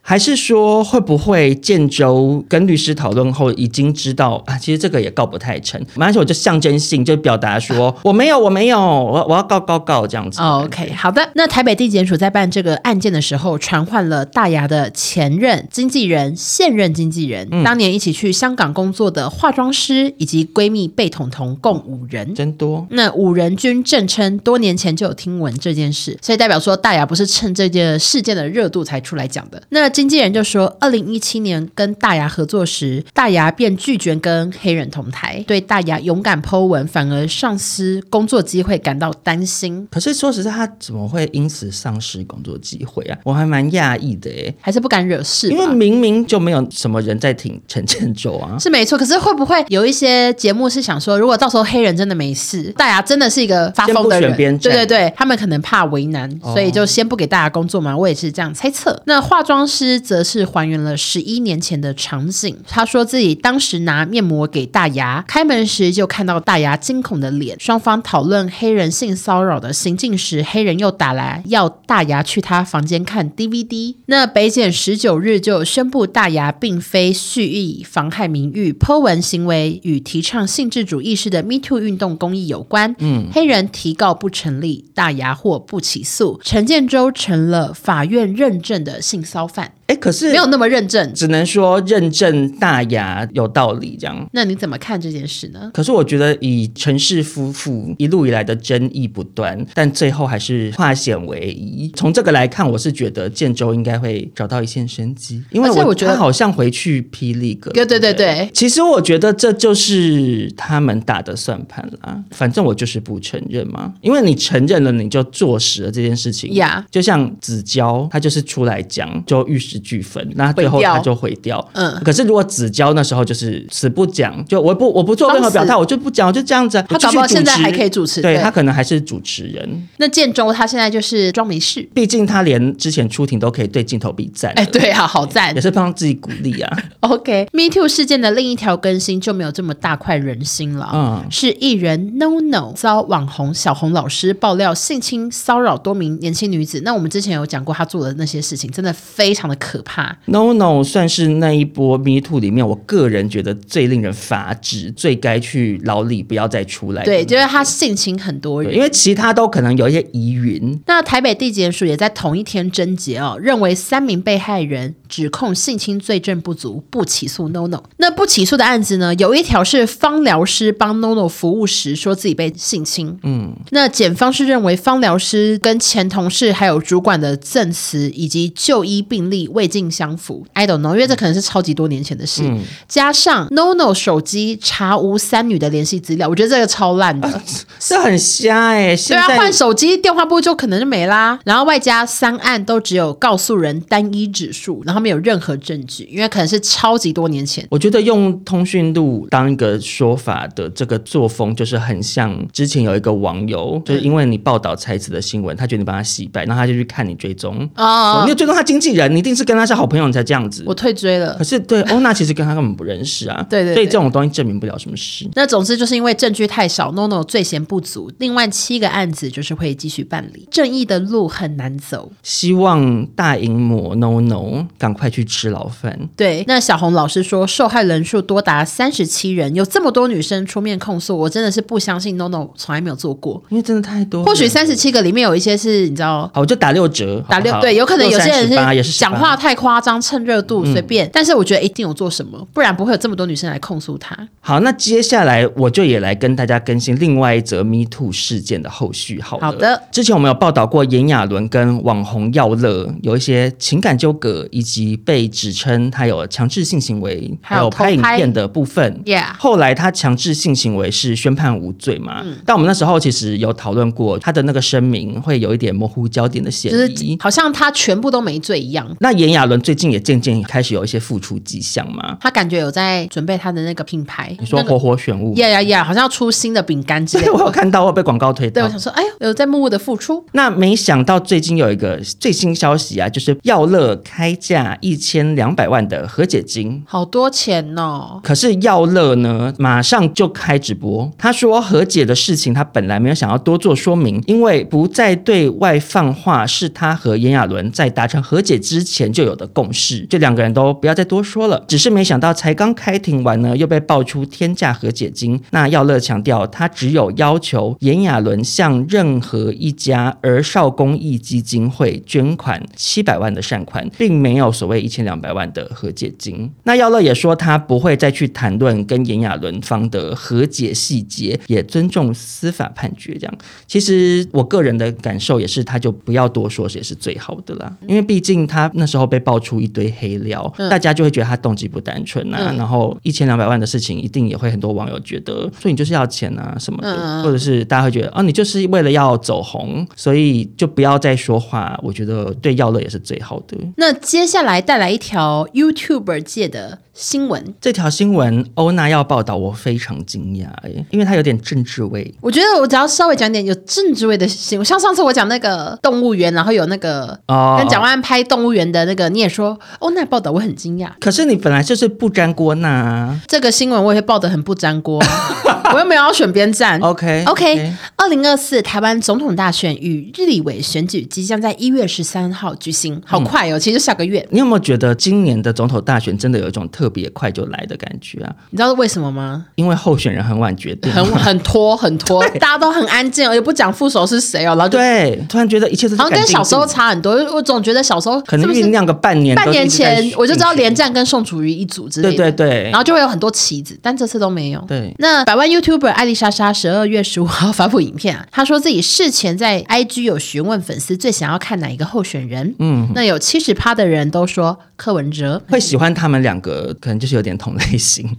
Speaker 3: 还是说会不会建州跟律师讨论后已经知道啊？其实这个也告不太成，而且我就象征性就表达说我没有，我没有，我我要告告告这样子。
Speaker 1: 哦 OK，好的。那台北地检署在办这个案件的时候，传唤了大牙的前任经纪人、现任经纪人，当年一起去香港工作的化妆师以及闺蜜贝彤彤，共五人。
Speaker 3: 真多。
Speaker 1: 那五人均证称多年前就有听闻这件事，所以代表说大牙不是趁这件事件的热度才出来讲的。那经纪人就说，二零一七年跟大牙合作时，大牙便拒绝跟黑人同台，对大牙勇敢剖文，反而丧失工作机会感到担心。
Speaker 3: 可是说实在，他怎么会因此丧失工作机会啊？我还蛮讶异的诶、
Speaker 1: 还是啊不敢惹事吧，
Speaker 3: 因为明明就没有什么人在挺陈建州啊。
Speaker 1: 是没错。可是会不会有一些节目是想说，如果到时候黑人真的没事，大牙真的是一个发疯
Speaker 3: 先
Speaker 1: 的
Speaker 3: 不
Speaker 1: 人
Speaker 3: 选，边站
Speaker 1: 对
Speaker 3: 哦
Speaker 1: 对对，他们可能怕为难，所以就先不给大家工作嘛。我也是这样猜测。那化妆师则是还原了十一年前的场景，他说自己当时拿面膜给大牙，开门时就看到大牙惊恐的脸。双方讨论黑人性骚扰的行径时，黑人又打来要大牙去他房间看 DVD。那北检十九日就宣布大牙并非蓄意妨害名誉、剖文行为与提倡性自主意识的 Me Too 运动公益有关。嗯，黑人提告不成立，大牙或不起诉，陈建州成了法院认证的性骚犯，
Speaker 3: 哎，可是
Speaker 1: 没有那么认证。
Speaker 3: 只能说认证大牙有道理这样。
Speaker 1: 那你怎么看这件事呢？
Speaker 3: 可是我觉得以陈氏夫妇一路以来的争议不断，但最后还是化险为夷。从这个来看，我是觉得建州应该会找到一线生机，因为
Speaker 1: 而且我觉得
Speaker 3: 他好像回去霹雳哥。
Speaker 1: 对对对对，
Speaker 3: 其实我觉得这就是他们打的算盘啦。反正我就是不承认嘛，因为你承认了，你就坐实了这件事情。
Speaker 1: 呀
Speaker 3: 就像子娇，她就是出来讲，就玉石俱焚，那最后
Speaker 4: 毁掉
Speaker 3: 它就毁掉。
Speaker 1: 嗯
Speaker 3: 可是如果纸胶那时候就是死不讲，就我不我不做任何表态，
Speaker 1: 装死
Speaker 3: 我就不讲，我就这样子。啊
Speaker 1: 他搞不好
Speaker 3: 我继续
Speaker 1: 现
Speaker 3: 主
Speaker 1: 在
Speaker 3: 持
Speaker 1: 还可以主持。
Speaker 3: 对他可能还是主持人，
Speaker 1: 那建州他现在就是装没事。
Speaker 3: 毕竟他连之前出庭都可以对镜头比赞，
Speaker 1: 哎，，对啊，好赞
Speaker 3: 也。是帮自己鼓励啊。
Speaker 1: OK，Me、Too 事件的另一条更新就没有这么大快人心了。
Speaker 3: 嗯
Speaker 1: 是艺人 No No 遭网红小红老师爆料性侵骚扰多名年轻女子。那我们之前有讲过他做的那些事情，真的非常的可怕。
Speaker 3: No No 算是那一波 Me Too 里面，我个人觉得最令人发指、最该去牢里不要再出来的。
Speaker 1: 对，就是他性侵很多
Speaker 3: 对，
Speaker 1: 人
Speaker 3: 因。为其他都可能有一些疑云。
Speaker 1: 那台北地检署也在同一天侦结哦，认为三名被害人指控性侵罪证不足，不起诉 NONO。那不起诉的案子呢，有一条是芳疗师帮 NONO 服务时说自己被性侵，嗯，那检方是认为芳疗师跟前同事还有主管的证词以及就医病历未尽相符，I don't know，因为这可能是超级多年前的事，加上 NONO 手机查无三女的联系资料，我觉得这个超烂的。
Speaker 3: 是很瞎哎、
Speaker 1: 对
Speaker 3: 现
Speaker 1: 啊，
Speaker 3: 在
Speaker 1: 换手机电话簿就可能就没啦。然后外加三案都只有告诉人单一指数，然后没有任何证据，因为可能是超级多年前。
Speaker 3: 我觉得用通讯录当一个说法的这个作风，就是很像之前有一个网
Speaker 1: 嗯
Speaker 3: 友，就是因为你报道才子的新闻，他觉得你帮他洗白，然后他就去看你追踪，
Speaker 1: 哦
Speaker 3: 哦，你有追踪他经纪人，你一定是跟他是好朋友你才这样子
Speaker 1: 我。退追了
Speaker 3: 可。是对欧娜其实跟他根本不认识啊，
Speaker 1: 对对对
Speaker 3: 所以这种东西证明不了什么事。
Speaker 1: 那总之就是因为证据太少，NONO 罪嫌不足，另外七个案子就是会继续办理。正义的路很难走。
Speaker 3: 希望大荧幕 no no 赶快去吃牢饭。
Speaker 1: 对，那小红老师说，受害人数多达三十七人，有这么多女生出面控诉，我真的是不相信 NONO 从来没有做过。
Speaker 3: 因为真的太多了，
Speaker 1: 或许三十七个里面有一些是你知道
Speaker 3: 好，我就打六折，
Speaker 1: 打
Speaker 3: 好
Speaker 1: 六
Speaker 3: 不好
Speaker 1: 对，有可能有
Speaker 3: 638
Speaker 1: 些
Speaker 3: 也
Speaker 1: 人
Speaker 3: 是嗯
Speaker 1: 是讲话
Speaker 3: 18
Speaker 1: 太夸张，趁热度随便。但是我觉得一定有做什么，不然不会有这么多女生来控诉他。
Speaker 3: 好，那接下来我就也来跟大家更新另外一则 Me Too 事件的后续好了。
Speaker 1: 好的，
Speaker 3: 之前我们有报道过炎亚纶跟网红耀乐有一些情感纠葛，以及被指称他有强制性行为，
Speaker 1: 还有偷
Speaker 3: 拍影
Speaker 1: 拍
Speaker 3: 片的部分。
Speaker 1: Yeah
Speaker 3: 后来他强制性行为是宣判无罪嘛？
Speaker 1: 嗯
Speaker 3: 但我们那时候其实有讨论过他的那个声明会有一点模糊焦点的嫌
Speaker 1: 就
Speaker 3: 疑。
Speaker 1: 是好像他全部都没罪一样，
Speaker 3: 那炎亚纶最近也渐渐开始有一些付出迹象嘛？
Speaker 1: 他感觉有在准备他的那个品牌。
Speaker 3: 你说
Speaker 1: 那个
Speaker 3: 活活选物吗？
Speaker 1: 呀呀呀，好像要出新的饼干之 类
Speaker 3: 对，我
Speaker 1: 的。
Speaker 3: 有看到我被广告推
Speaker 1: 对，
Speaker 3: 到
Speaker 1: 我。想说，哎呦，有在默默的付出。
Speaker 3: 那没想到最近有一个最新消息啊，就是耀乐开价一千两百万的和解金。
Speaker 1: 好多钱哦！
Speaker 3: 可是耀乐呢，马上就开直播。他说和解的事情，他本来没有想要多做说明，因为不再对外放话是他和炎亚纶在达成和解之前就有的共识，就两个人都不要再多说了。只是没想到才刚开庭完呢，又被爆出天价和解金。那耀乐强调，他只有要求炎亚纶向任何一家儿少公益基金会捐款七百万的善款，并没有所谓一千两百万的和解金。那耀乐也说，他不会再去谈论跟炎亚纶方的和解细节，也尊重司法判决。这样，其实我个人的感受也是，他就不要多说，也是最好的
Speaker 1: 嗯
Speaker 3: 啦。因为毕竟他那时候被爆出一堆黑料，大家就会觉得他动机不单纯啊。
Speaker 1: 嗯
Speaker 3: 然后一千两百万的事情，一定也会很多网友觉得，所以你就是要钱啊什么的，
Speaker 1: 嗯嗯嗯
Speaker 3: 或者是大家会觉得，哦，你就是为了要走红，所以就不要再说话。我觉得对耀乐也是最好的。
Speaker 1: 那接下来带来一条 YouTuber 界的新闻，
Speaker 3: 这条新闻欧娜要报道，我非常惊讶诶，因为它有点政治味。
Speaker 1: 我觉得我只要稍微讲点有政治味的新闻，像上次我讲那个动物园，然后有那个
Speaker 3: 哦
Speaker 1: 跟蒋万安拍动物园的那个，你也说哦，那报道我很惊讶。
Speaker 3: 可是你本来就是不沾锅那、啊、
Speaker 1: 这个新闻我也报得很不沾 锅啊，我又没有要选边站。
Speaker 3: ，OK
Speaker 1: 嗯 OK，二零二四台湾总统大选与日立委选举即将在一月十三号举
Speaker 3: 嗯
Speaker 1: 行，好快哦，其实就下个月。
Speaker 3: 你有没有觉得今年的总统大选真的有一种特别快就来的感觉啊？
Speaker 1: 你知道为什么吗？
Speaker 3: 因为候选人很晚决定，
Speaker 1: 很很拖，很拖，大家都很安静哦，也不讲副手是谁哦，然后就
Speaker 3: 对，突然觉得一切都是
Speaker 1: 好像跟
Speaker 3: 赶进
Speaker 1: 小时候
Speaker 3: 度
Speaker 1: 差很多。我总觉得小时候
Speaker 3: 可
Speaker 1: 是
Speaker 3: 能
Speaker 1: 不是
Speaker 3: 酝酿个半年，
Speaker 1: 半
Speaker 3: 都
Speaker 1: 年
Speaker 3: 一直在
Speaker 1: 前我就知道
Speaker 3: 选举
Speaker 1: 连战跟宋楚瑜一组之类
Speaker 3: 对
Speaker 1: 的，
Speaker 3: 对对
Speaker 1: 然，后就会有很多棋子，但这次都没有。
Speaker 3: 对
Speaker 1: 那百万 YouTuber 艾丽莎莎十二月十五号 发布影片啊，她说自己事前在 IG 有询问粉丝最想要看哪一个候选人，嗯，那有七十趴的人都说柯文哲，
Speaker 3: 会喜欢他们两个，可能就是有点同类型。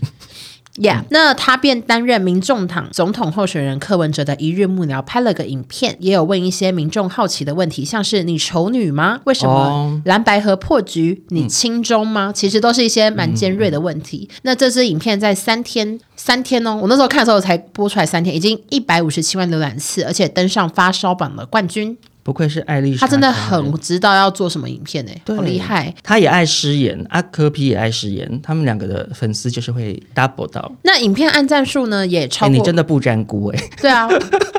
Speaker 1: Yeah，那他便担任民众党总统候选人柯文哲的一日幕僚，拍了个影片，也有问一些民众好奇的问题，像是你丑女吗？为什么
Speaker 3: 哦嗯
Speaker 1: 蓝白河破局？你亲中吗？其实都是一些蛮尖锐的问题。那这支影片在三天，三天哦，我那时候看的时候才播出来三天，已经一百五十七万浏览次，而且登上发烧榜的冠军。
Speaker 3: 不愧是艾丽莎，
Speaker 1: 他真的很知道要做什么影片诶、
Speaker 3: 对
Speaker 1: 好厉害！。
Speaker 3: 他也爱失言，阿科皮也爱失言，他们两个的粉丝就是会 double 到。
Speaker 1: 那影片按赞数呢也超
Speaker 3: 哎、
Speaker 1: 过，
Speaker 3: 你真的不沾锅哎、
Speaker 1: 对啊，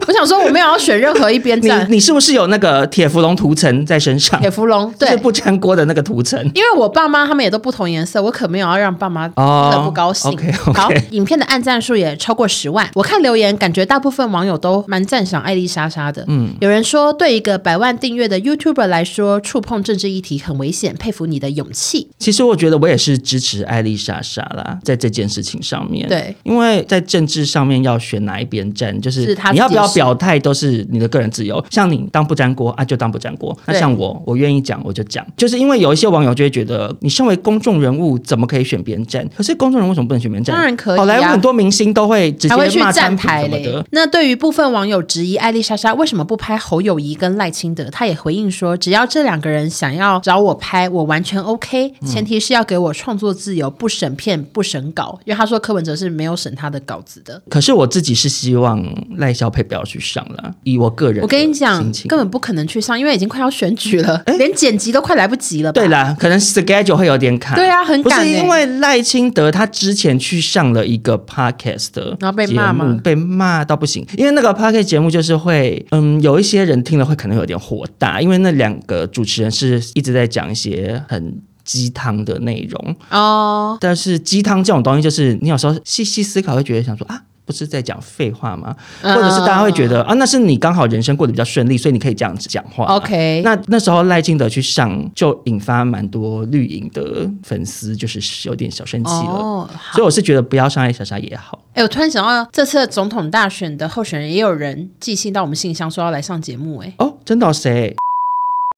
Speaker 1: 我想说我没有要选任何一边站
Speaker 3: 你，你是不是有那个铁氟龙涂层在身上
Speaker 1: 铁？芙蓉
Speaker 3: 就
Speaker 1: 对
Speaker 3: 是。不粘锅的那个涂层。
Speaker 1: 因为我爸妈他们也都不同颜色，我可没有要让爸妈真
Speaker 3: 哦
Speaker 1: 的不高兴。
Speaker 3: OK，OK
Speaker 1: 好，影片的按赞数也超过十万。我看留言，感觉大部分网友都蛮赞赏艾丽莎莎的。嗯，有人说对一个百万订阅的 YouTuber 来说，触碰政治议题很危险，佩服你的勇气。
Speaker 3: 其实我觉得我也是支持艾丽莎莎啦，在这件事情上面。
Speaker 1: 对，
Speaker 3: 因为在政治上面要选哪一边站，就是
Speaker 1: 是她
Speaker 3: 你要不要
Speaker 1: 自己是
Speaker 3: 表态都是你的个人自由。像你当不粘锅啊，就当不粘锅。那
Speaker 1: 对
Speaker 3: 像我，我愿意讲我就讲。就是因为有一些网友就会觉得，你身为公众人物怎么可以选边站？可是公众人物为什么不能选边站？
Speaker 1: 当然可以啊
Speaker 3: 好莱坞很多明星都会直接
Speaker 1: 还会去
Speaker 3: 骂川
Speaker 1: 站
Speaker 3: 普
Speaker 1: 台
Speaker 3: 什么
Speaker 1: 嘞
Speaker 3: 的。。
Speaker 1: 那对于部分网友质疑艾丽莎莎为什么不拍侯友谊跟赖清德，她也回应说，只要这两个人想要找我拍，我完全 OK，前提是要给我创作自由，不审片，不审稿。因为她说柯文哲是没有审他的稿子的。
Speaker 3: 可是我自己是希望赖小佩不要去上了，以我个人的
Speaker 1: 我跟你讲
Speaker 3: 心，情哎
Speaker 1: 根本不可能去上，因为已经快要选举了，连剪辑都快来不及了吧。
Speaker 3: 对啦，可能 schedule 会有点卡。
Speaker 1: 对啊很赶
Speaker 3: 不是
Speaker 1: 欸
Speaker 3: 因为赖清德他之前去上了一个 podcast 的
Speaker 1: 然后被
Speaker 3: 节
Speaker 1: 骂
Speaker 3: 目
Speaker 1: 吗
Speaker 3: 被骂到不行。因为那个 podcast 节目就是会，嗯，有一些人听了会可能有点火大，因为那两个主持人是一直在讲一些很。鸡汤的内容，
Speaker 1: 哦，
Speaker 3: 但是鸡汤这种东西，就是你有时候细细思考，会觉得想说啊，不是在讲废话吗？
Speaker 1: 嗯
Speaker 3: 或者是大家会觉得啊，那是你刚好人生过得比较顺利，所以你可以这样子讲话。啊
Speaker 1: OK，
Speaker 3: 那那时候赖清德去上，就引发蛮多绿营的粉丝，就是有点小生气了。
Speaker 1: 哦，好
Speaker 3: 所以。我是觉得不要上赖莎莎也好，
Speaker 1: 哎、我突然想到，这次的总统大选的候选人也有人寄信到我们信箱说要来上节目、哎，
Speaker 3: 哦，真的、哦、谁？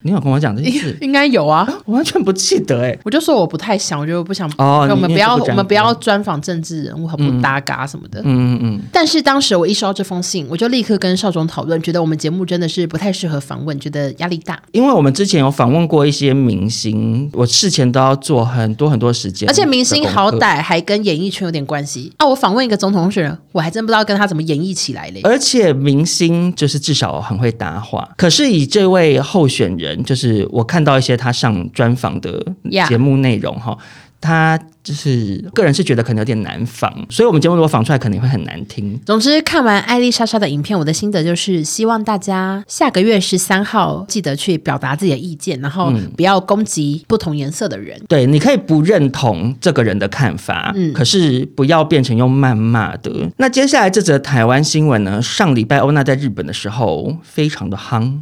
Speaker 3: 你有跟我讲这件 事？
Speaker 1: 应该有啊。
Speaker 3: 我完全不记得哎、
Speaker 1: 我就说我不太想，我就不想。
Speaker 3: 哦，
Speaker 1: 我们
Speaker 3: 你
Speaker 1: 不要，
Speaker 3: 你也是
Speaker 1: 我
Speaker 3: 沾
Speaker 1: 们不要
Speaker 3: 光。
Speaker 1: 专访政治人物和不搭嘎什么的。
Speaker 3: 嗯嗯嗯，
Speaker 1: 但是当时我一收到这封信，我就立刻跟邵总讨论，觉得我们节目真的是不太适合访问，觉得压力大，
Speaker 3: 因为我们之前有访问过一些明星，我事前都要做很多很多时间，
Speaker 1: 而且明星好。歹还跟演艺圈有点关系。啊，我访问一个总统候选人，我还真不知道跟他怎么演绎起来嘞。
Speaker 3: 而且明星就是至少很会搭话，可是以这位候选人，就是我看到一些他上专访的
Speaker 1: Yeah
Speaker 3: 节目内容哈。他就是个人是觉得可能有点难仿，所以我们节目如果仿出来肯定会很难听。
Speaker 1: 总之，看完艾丽莎莎的影片，我的心得就是希望大家下个月十三号记得去表达自己的意见，然后
Speaker 3: 嗯
Speaker 1: 不要攻击不同颜色的人。
Speaker 3: 对，你可以不认同这个人的看法，
Speaker 1: 嗯
Speaker 3: 可是不要变成用谩骂的。那接下来这则台湾新闻呢？上礼拜欧娜在日本的时候非常的夯，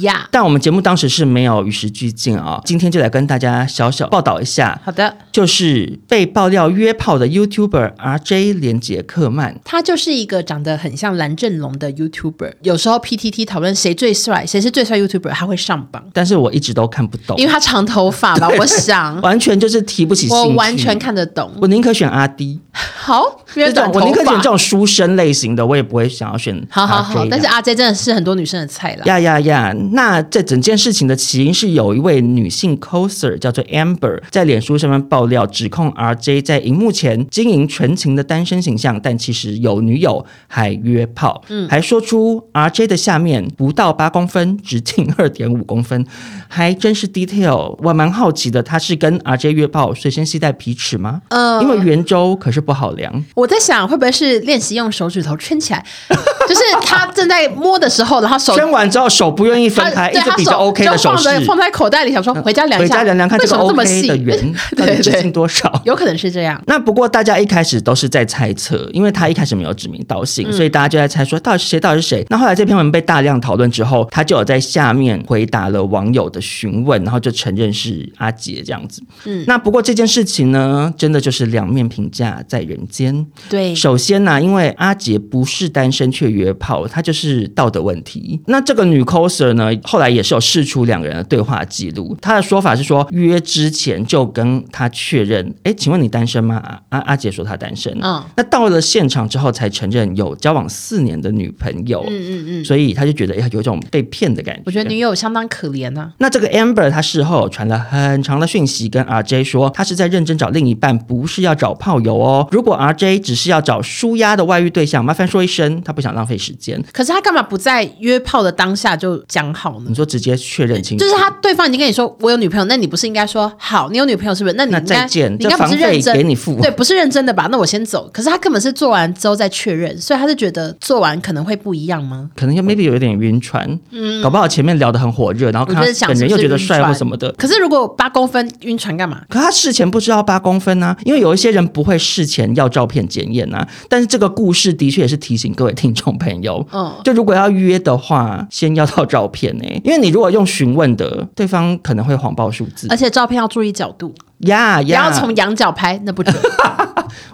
Speaker 1: 呀、
Speaker 3: 但我们节目当时是没有与时俱进啊、今天就来跟大家小小报道一下
Speaker 1: 好的，
Speaker 3: 就是被爆料约炮的 YouTuber RJ 连杰克曼。
Speaker 1: 他就是一个长得很像蓝正龙的 YouTuber。有时候 PTT 讨论谁最帅，谁是最帅 YouTuber，他会上榜，
Speaker 3: 但是我一直都看不懂，
Speaker 1: 因为他长头发吧。我 想，
Speaker 3: 完全就是提不起兴趣。
Speaker 1: 我完全，看得懂。
Speaker 3: 我宁可选阿 D
Speaker 1: 好，因
Speaker 3: 这
Speaker 1: 为
Speaker 3: 种
Speaker 1: 短，头
Speaker 3: 我
Speaker 1: 发。
Speaker 3: 宁可选这种啊书生类型的，我也不会想要选。
Speaker 1: 好好好，但是阿 J 真的是很多女生的菜啦。
Speaker 3: 呀呀呀！那这整件事情的起因是有一位女性 coser 叫做 Amber 在脸书上面爆料，指控 RJ 在荧幕前经营纯情的单身形象，但其实有女友还约炮，
Speaker 1: 嗯
Speaker 3: 还说出 RJ 的下面不到八公分，直径二点五公分，还真是 detail。我蛮好奇的，他是跟 RJ 约炮，随身携带皮尺吗？
Speaker 1: 嗯
Speaker 3: 因为圆周可是不好量。
Speaker 1: 我在想，会不会是练习用手指头圈起来？ 就是他正在摸的时候，然后手
Speaker 3: 圈完之后手不愿意分
Speaker 1: 他
Speaker 3: 开，一
Speaker 1: 对
Speaker 3: 直
Speaker 1: 他
Speaker 3: 比较 OK
Speaker 1: 就
Speaker 3: 的手
Speaker 1: 放在
Speaker 3: 势。嗯
Speaker 1: 放在口袋里，想说回家量一
Speaker 3: 回
Speaker 1: 下，
Speaker 3: 家量量看
Speaker 1: 为
Speaker 3: 这个
Speaker 1: 什么这么
Speaker 3: OK
Speaker 1: 细
Speaker 3: 的 圆到
Speaker 1: 对
Speaker 3: 底直径
Speaker 1: 对，
Speaker 3: 多少。
Speaker 1: 有可能是这样。
Speaker 3: 那不过大家一开始都是在猜测，因为他一开始没有指名道姓，
Speaker 1: 嗯
Speaker 3: 所以大家就在猜说到底是谁，到底是谁。那后来这篇文被大量讨论之后，他就有在下面回答了网友的询问，然后就承认是阿杰这样子。嗯，那不过这件事情呢，真的就是两面评价，在人间。
Speaker 1: 对
Speaker 3: 首先呢、因为阿杰不是单身却约炮，他就是道德问题。那这个女 coser 呢，后来也是有试出两个人的对话记录。她的说法是说，约之前就跟他确认，哎，请问你单身吗？啊阿阿杰说他单身。
Speaker 1: 嗯
Speaker 3: 那到了现场之后才承认有交往四年的女朋友。
Speaker 1: 嗯嗯嗯，
Speaker 3: 所以他就觉得，哎呀，有一种被骗的感觉。
Speaker 1: 我觉得女友相当可怜啊呐、
Speaker 3: 那这个 Amber 她事后传了很长的讯息跟 RJ 说，她是在认真找另一半，不是要找炮友哦。如果 RJ 只是要找舒压的外遇对象，麻烦说一声，她不想浪费时间。
Speaker 1: 可是他干嘛不在约炮的当下就讲好呢
Speaker 3: 你？说直接确认清楚，
Speaker 1: 就是他对方已经跟你说我有女朋友，那你不是应该说好，你有女朋友是不是？那你
Speaker 3: 那
Speaker 1: 应该
Speaker 3: 再见，
Speaker 1: 你应
Speaker 3: 这
Speaker 1: 该不
Speaker 3: 房
Speaker 1: 是认
Speaker 3: 费
Speaker 1: 真
Speaker 3: 给你付。
Speaker 1: 对，不是认真的吧？那我先走。可是他根本是做完之后再确认，所以他是觉得做完可能会不一样吗？
Speaker 3: 可能又 maybe 有一点晕船，搞不好前面聊得很火热，然后
Speaker 1: 嗯我
Speaker 3: 看
Speaker 1: 就是
Speaker 3: 他
Speaker 1: 想
Speaker 3: 本
Speaker 1: 是
Speaker 3: 人
Speaker 1: 不
Speaker 3: 又
Speaker 1: 是
Speaker 3: 觉得
Speaker 1: 晕
Speaker 3: 帅或
Speaker 1: 船
Speaker 3: 什么的，
Speaker 1: 可是如果八公分晕船干嘛？
Speaker 3: 可他事前不知道八公分啊，因为有一些人不会事前要照片检验啊。但是这个故事的确也是提醒各位听众朋友，
Speaker 1: 嗯
Speaker 3: 就如果要约的话，先要到照片呢、 因为你如果用询问的，对方可能会谎报数字
Speaker 1: 而。且照片要注意角度，
Speaker 3: 呀
Speaker 1: 不呃
Speaker 3: 呀，
Speaker 1: 要从仰角拍，那 不准。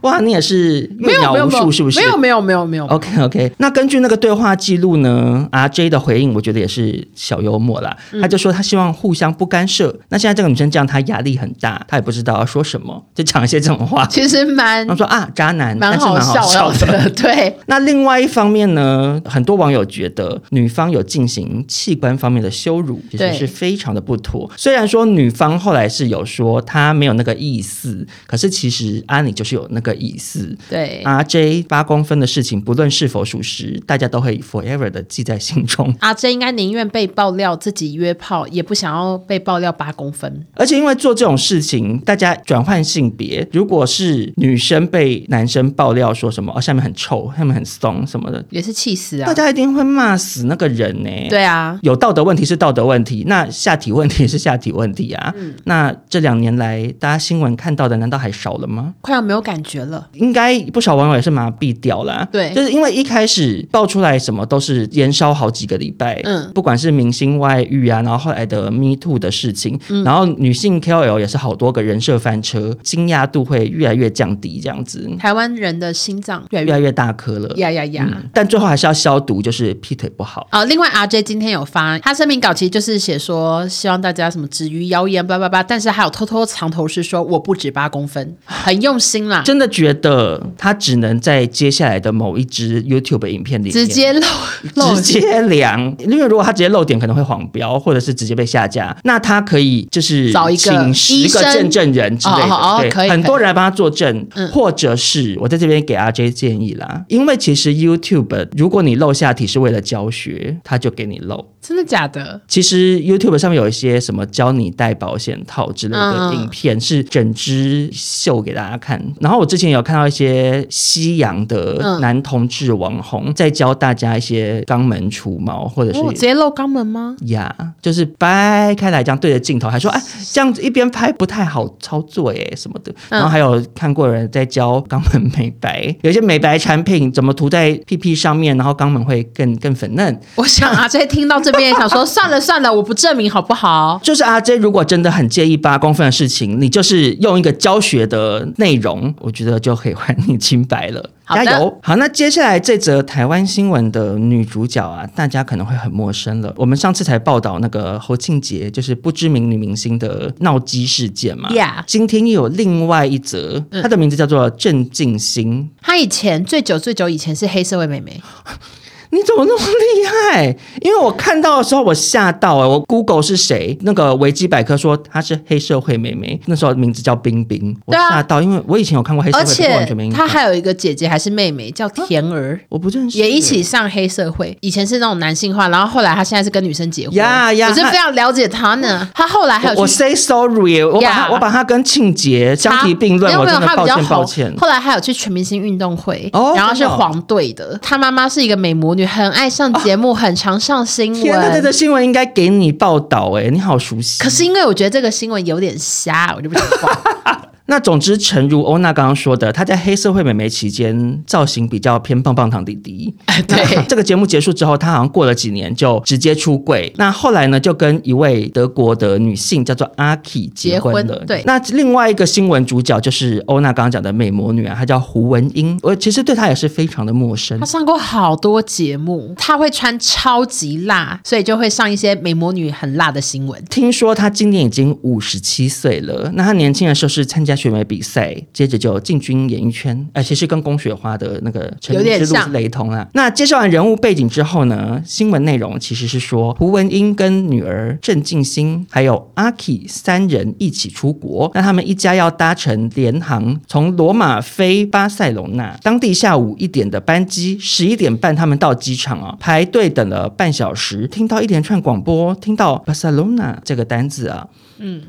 Speaker 3: 哇，你也是
Speaker 1: 没
Speaker 3: 阅
Speaker 1: 有
Speaker 3: 鸟
Speaker 1: 没有
Speaker 3: 无
Speaker 1: 没
Speaker 3: 数
Speaker 1: 有
Speaker 3: 是不哦是？
Speaker 1: 没有没有没有没有
Speaker 3: OK OK，那根据那个对话记录呢，RJ 的回应我觉得也是小幽默啦。
Speaker 1: 嗯
Speaker 3: 他就说他希望互相不干涉。那现在这个女生这样，她压力很大，她也不知道要说什么，就讲一些这种话。
Speaker 1: 其实蛮
Speaker 3: 他说啊，渣男，但
Speaker 1: 蛮
Speaker 3: 是蛮好
Speaker 1: 笑
Speaker 3: 笑的。
Speaker 1: 的， 对。
Speaker 3: 那另外一方面呢，很多网友觉得女方有进行器官方面的羞辱，其实
Speaker 1: 对
Speaker 3: 是非常的不妥。虽然说女方后来是有说她没有那个意思，可是其实阿妮就是有那个意思。
Speaker 1: 对
Speaker 3: RJ 八公分的事情，不论是否属实，大家都会 forever 的记在心中。
Speaker 1: 阿 J 应该宁愿被爆料自己约炮，也不想要被爆料八公分。
Speaker 3: 而且因为做这种事情，大家转换性别，如果是女生被男生爆料说什么哦，下面很臭，下面很松什么的，
Speaker 1: 也是气死啊
Speaker 3: 大！家一定会骂死那个人呢、，
Speaker 1: 对啊，
Speaker 3: 有道德问题是道德问题，那下体问题是下体问题啊。那这两年来，大家新闻看到的难道还少了吗？
Speaker 1: 快要没有感觉了。
Speaker 3: 应该不少网友也是麻痹掉啦。
Speaker 1: 对
Speaker 3: 就是因为一开始爆出来什么都是延烧好几个礼拜，
Speaker 1: 嗯
Speaker 3: 不管是明星外遇啊，然后后来的 Me Too 的事情，然后女性 KOL 也是好多个人设翻车，惊讶度会越来越降低，这样子
Speaker 1: 台湾人的心脏越来
Speaker 3: 越
Speaker 1: 越
Speaker 3: 来越嗯大颗了。
Speaker 1: 呀呀呀！
Speaker 3: 但最后还是要消毒，就是劈腿不好。
Speaker 1: 哦，另外 RJ 今天有发他声明稿，其实就是写说希望大家什么止于谣言，叭叭叭，但是还有偷偷藏头是说我不止八公分，很用心啦，
Speaker 3: 真的觉得他只能在接下来的某一支 YouTube 影片里面
Speaker 1: 直接露露
Speaker 3: 直接量，因为如果他直接漏点，可能会黄标，或者是直接被下架。那他可以就是
Speaker 1: 找一个
Speaker 3: 请十
Speaker 1: 医
Speaker 3: 个见
Speaker 1: 生
Speaker 3: 证人之类的，
Speaker 1: 哦哦哦
Speaker 3: 对，
Speaker 1: 可以
Speaker 3: 很
Speaker 1: 可以
Speaker 3: 多人来帮他作证，
Speaker 1: 嗯
Speaker 3: 或者是我在这边给 RJ 建议啦，因为其实 YouTube 如果你露下体是为了教学，他就给你露。
Speaker 1: 真的假的？
Speaker 3: 其实 YouTube 上面有一些什么教你戴保险套之类的
Speaker 1: 嗯
Speaker 3: 影片，是整只秀给大家看。然后我之前有看到一些西洋的
Speaker 1: 嗯
Speaker 3: 男同志网红在教大家一些肛门除毛，或者
Speaker 1: 哦，直
Speaker 3: 是。
Speaker 1: 接露肛门吗？
Speaker 3: 呀就是掰开来这样对着镜头，还说 哎，这样子一边拍不太好操作耶什么的。
Speaker 1: 嗯
Speaker 3: 然后还有看过有人在教肛门美白，有一些美白产品怎么涂在屁屁上面，然后肛门会更更粉嫩。
Speaker 1: 我想 RJ 听到这边也 想说算了算了，我不证明好不好？
Speaker 3: 就是阿 J 如果真的很介意八公分的事情，你就是用一个教学的内容，我觉得就可以还你清白了。
Speaker 1: 好
Speaker 3: 加
Speaker 1: 的
Speaker 3: 油！好，那接下来这则台湾新闻的女主角啊，大家可能会很陌生了。我们上次才报道那个侯庆杰，就是不知名女明星的闹鸡事件嘛。
Speaker 1: Yeah 嗯
Speaker 3: 今天又有另外一则，她的名字叫做郑静心。
Speaker 1: 他以前最久最久以前是黑社会妹妹，
Speaker 3: 你怎么那么厉害？因为我看到的时候我吓到哎、我 Google 是谁？那个维基百科说她是黑社会妹妹，那时候名字叫冰冰，我
Speaker 1: 对啊
Speaker 3: 吓到，因为我以前有看过黑社
Speaker 1: 而
Speaker 3: 会，但我完
Speaker 1: 且
Speaker 3: 全没印象。
Speaker 1: 她
Speaker 3: 啊
Speaker 1: 还有一个姐姐还是妹妹叫田儿。
Speaker 3: 我不认识，
Speaker 1: 也一起上黑社会，以前是那种男性化，然后后来她现在是跟女生结婚，
Speaker 3: 呀呀哦
Speaker 1: 我是非常了解她呢。她后来还有
Speaker 3: 我。我
Speaker 1: 去
Speaker 3: say sorry，我把她
Speaker 1: Yeah
Speaker 3: 我把她跟庆杰相提并论，
Speaker 1: 因
Speaker 3: 我
Speaker 1: 为没有
Speaker 3: 真的
Speaker 1: 他
Speaker 3: 抱
Speaker 1: 比较
Speaker 3: 歉
Speaker 1: 好
Speaker 3: 抱歉。
Speaker 1: 后来还有去全明星运动会，
Speaker 3: 哦
Speaker 1: 然后
Speaker 3: 真
Speaker 1: 是
Speaker 3: 的哦
Speaker 1: 黄队的。她妈妈是一个美魔女，很爱上节目，很常上新闻。
Speaker 3: 天呐，这则新闻应该给你报道哎、你好熟悉。哦
Speaker 1: 可是因为我觉得这个新闻有点瞎，我就不想报。
Speaker 3: 那总之，诚如欧娜刚刚说的，她在黑社会美眉期间造型比较偏棒棒糖弟弟。
Speaker 1: 哎对，
Speaker 3: 这个节目结束之后，她好像过了几年就直接出柜。那后来呢，就跟一位德国的女性叫做阿 K 结婚
Speaker 1: 结
Speaker 3: 了。
Speaker 1: 婚对
Speaker 3: 那另外一个新闻主角就是欧娜刚刚讲的美魔女啊，她叫胡文英。我其实对她也是非常的陌生
Speaker 1: 他。上过好多节目，他会穿超级辣，所以就会上一些美魔女很辣的新闻。
Speaker 3: 听说她今年已经五十七岁了。那她年轻的时候是参加选美比赛，接着就进军演艺圈，呃，其实跟宫雪花的那个成名
Speaker 1: 有点
Speaker 3: 之路是
Speaker 1: 像
Speaker 3: 雷同啊。那介绍完人物背景之后呢，新闻内容其实是说胡文英跟女儿郑静心还有阿 K 三人一起出国，那他们一家要搭乘联航从罗马飞巴塞隆纳，当地下午一点的班机，十一点半他们到机场啊，排队等了半小时，听到一连串广播，听到巴塞隆纳这个单字啊，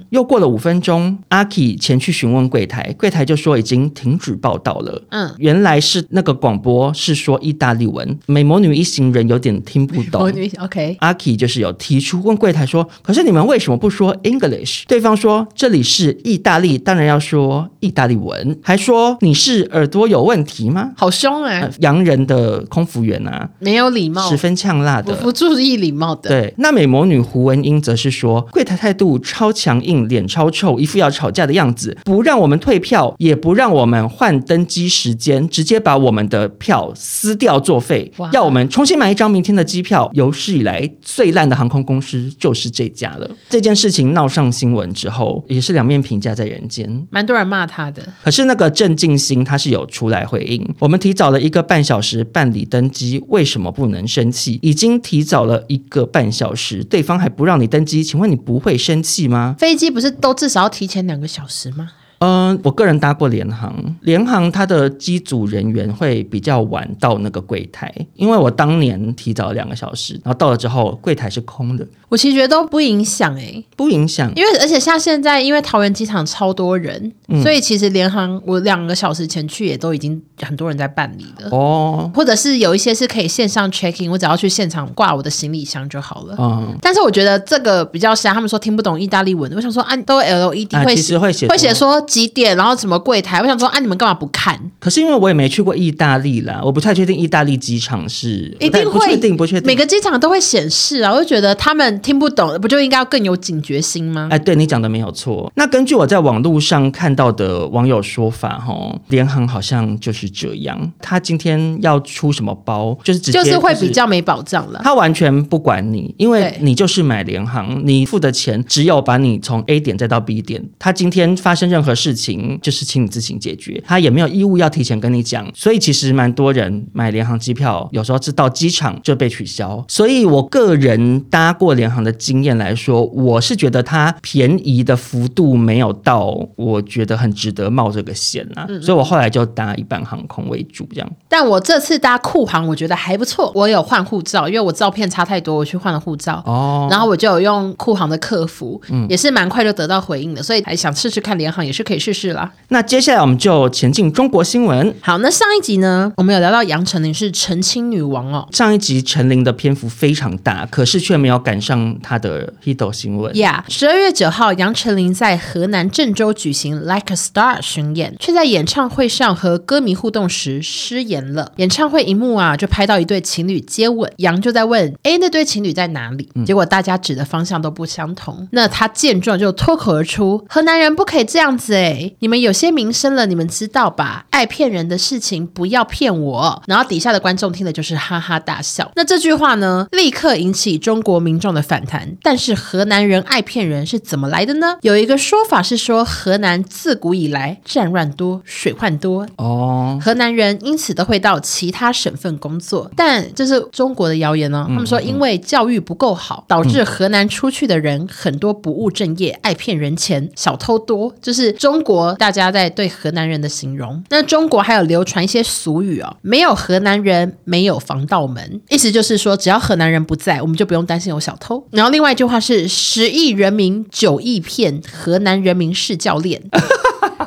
Speaker 3: 又过了五分钟，阿 K 前去询问柜台，柜台就说已经停止报道了。
Speaker 1: 嗯，
Speaker 3: 原来是那个广播是说意大利文，美魔女一行人有点听不懂
Speaker 1: 魔。女 OK，
Speaker 3: 阿 K 就是有提出问柜台说，可是你们为什么不说 English？对方说这里是意大利，当然要说意大利文，还说你是耳朵有问题吗？
Speaker 1: 好凶哎、
Speaker 3: 呃洋人的空服员啊，
Speaker 1: 没有礼貌
Speaker 3: 十，分呛辣的
Speaker 1: 我。不注意礼貌的。
Speaker 3: 对，那美魔女胡文英则是说，柜台态度超强硬，脸超臭，一副要吵架的样子，不让我们退票，也不让我们换登机时间，直接把我们的票撕掉作废
Speaker 1: 哇，
Speaker 3: 要我们重新买一张明天的机票。有史以来最烂的航空公司就是这家了。这件事情闹上新闻之后，也是两面评价在人间。
Speaker 1: 蛮多人骂他的，
Speaker 3: 可是那个郑静心他是有出来回应，我们提早了一个半小时办理登机，为什么不能生气？已经提早了一个半小时，对方还不让你登机，请问你不会生气吗？
Speaker 1: 飞机不是都至少要提前两个小时吗？
Speaker 3: 嗯、我个人搭过联航，联航它的机组人员会比较晚到那个柜台，因为我当年提早两个小时，然后到了之后柜台是空的，
Speaker 1: 我其实觉得都不影响哎、
Speaker 3: 不影响。
Speaker 1: 因为而且像现在，因为桃园机场超多人，
Speaker 3: 嗯
Speaker 1: 所以其实联航我两个小时前去也都已经很多人在办理了。
Speaker 3: 哦，
Speaker 1: 或者是有一些是可以线上 check in，我只要去现场挂我的行李箱就好了。
Speaker 3: 嗯，
Speaker 1: 但是我觉得这个比较瞎，他们说听不懂意大利文，我想说啊，都 LED
Speaker 3: 啊
Speaker 1: 会
Speaker 3: 其实会写
Speaker 1: 会写说几点，然后什么柜台，我想说啊，你们干嘛不看？
Speaker 3: 可是因为我也没去过意大利啦，我不太确定意大利机场是
Speaker 1: 一
Speaker 3: 但
Speaker 1: 定
Speaker 3: 不
Speaker 1: 会
Speaker 3: 确定，不确定
Speaker 1: 每个机场都会显示啊，我就觉得他们听不懂，不就应该要更有警觉心吗？
Speaker 3: 哎，对你讲的没有错。那根据我在网络上看到的网友说法，哈，联航好像就是这样。他今天要出什么包，就是直接
Speaker 1: 就是会比。较没保障了。
Speaker 3: 他完全不管你，因为
Speaker 1: 对
Speaker 3: 你就是买联航，你付的钱只有把你从 A 点再到 B 点。他今天发生任何事情，就是请你自行解决，他也没有义务要提前跟你讲。所以其实蛮多人买联航机票，有时候是到机场就被取消。所以我个人搭过联航的经验来说，我是觉得它便宜的幅度没有到，我觉得很值得冒这个险啊。所以我后来就搭一般航空为主，这样。
Speaker 1: 但我这次搭酷航，我觉得还不错。我有换护照，因为我照片差太多，我去换了护照。
Speaker 3: 哦嗯
Speaker 1: 然后我就有用酷航的客服，也是蛮快就得到回应的，所以还想试试看联航，也是可以试试啦。
Speaker 3: 那接下来我们就前进中国新闻。
Speaker 1: 好，那上一集呢，我们有聊到杨丞琳是澄清女王哦
Speaker 3: 上一集陈琳的篇幅非常大，可是却没有赶上她的 Hito 新闻。
Speaker 1: ，Yeah，十二月九号，杨丞琳在河南郑州举行 Like a Star 巡演，却在演唱会上和歌迷互动时失言了。演唱会一幕啊，就拍到一对情侣接吻，杨就在问：“哎，那对情侣在哪里？”结果大家指的方向都不相同。那他见状就脱口而出：“河南人不可以这样子哎、你们有些名声了，你们知道吧？爱骗人的事情不要骗我。”然后底下的观众听了就是哈哈大笑。那这句话呢，立刻引起中国民众的反弹。但是河南人爱骗人是怎么来的呢？有一个说法是说，河南自古以来战乱多，水患多，
Speaker 3: 哦，
Speaker 1: 河南人因此都会到其他省份工作，但这是中国的谣言哦。他们说，因为教育不够好，导致河南出去的人很多不务正业，爱骗人钱，小偷多，就是中国大家在对河南人的形容。那中国还有流传一些俗语哦，没有河南人，没有防盗门，意思就是说，只要河南人不在，我们就不用担心有小偷。然后另外一句话是，十亿人民九亿骗，河南人民是教练。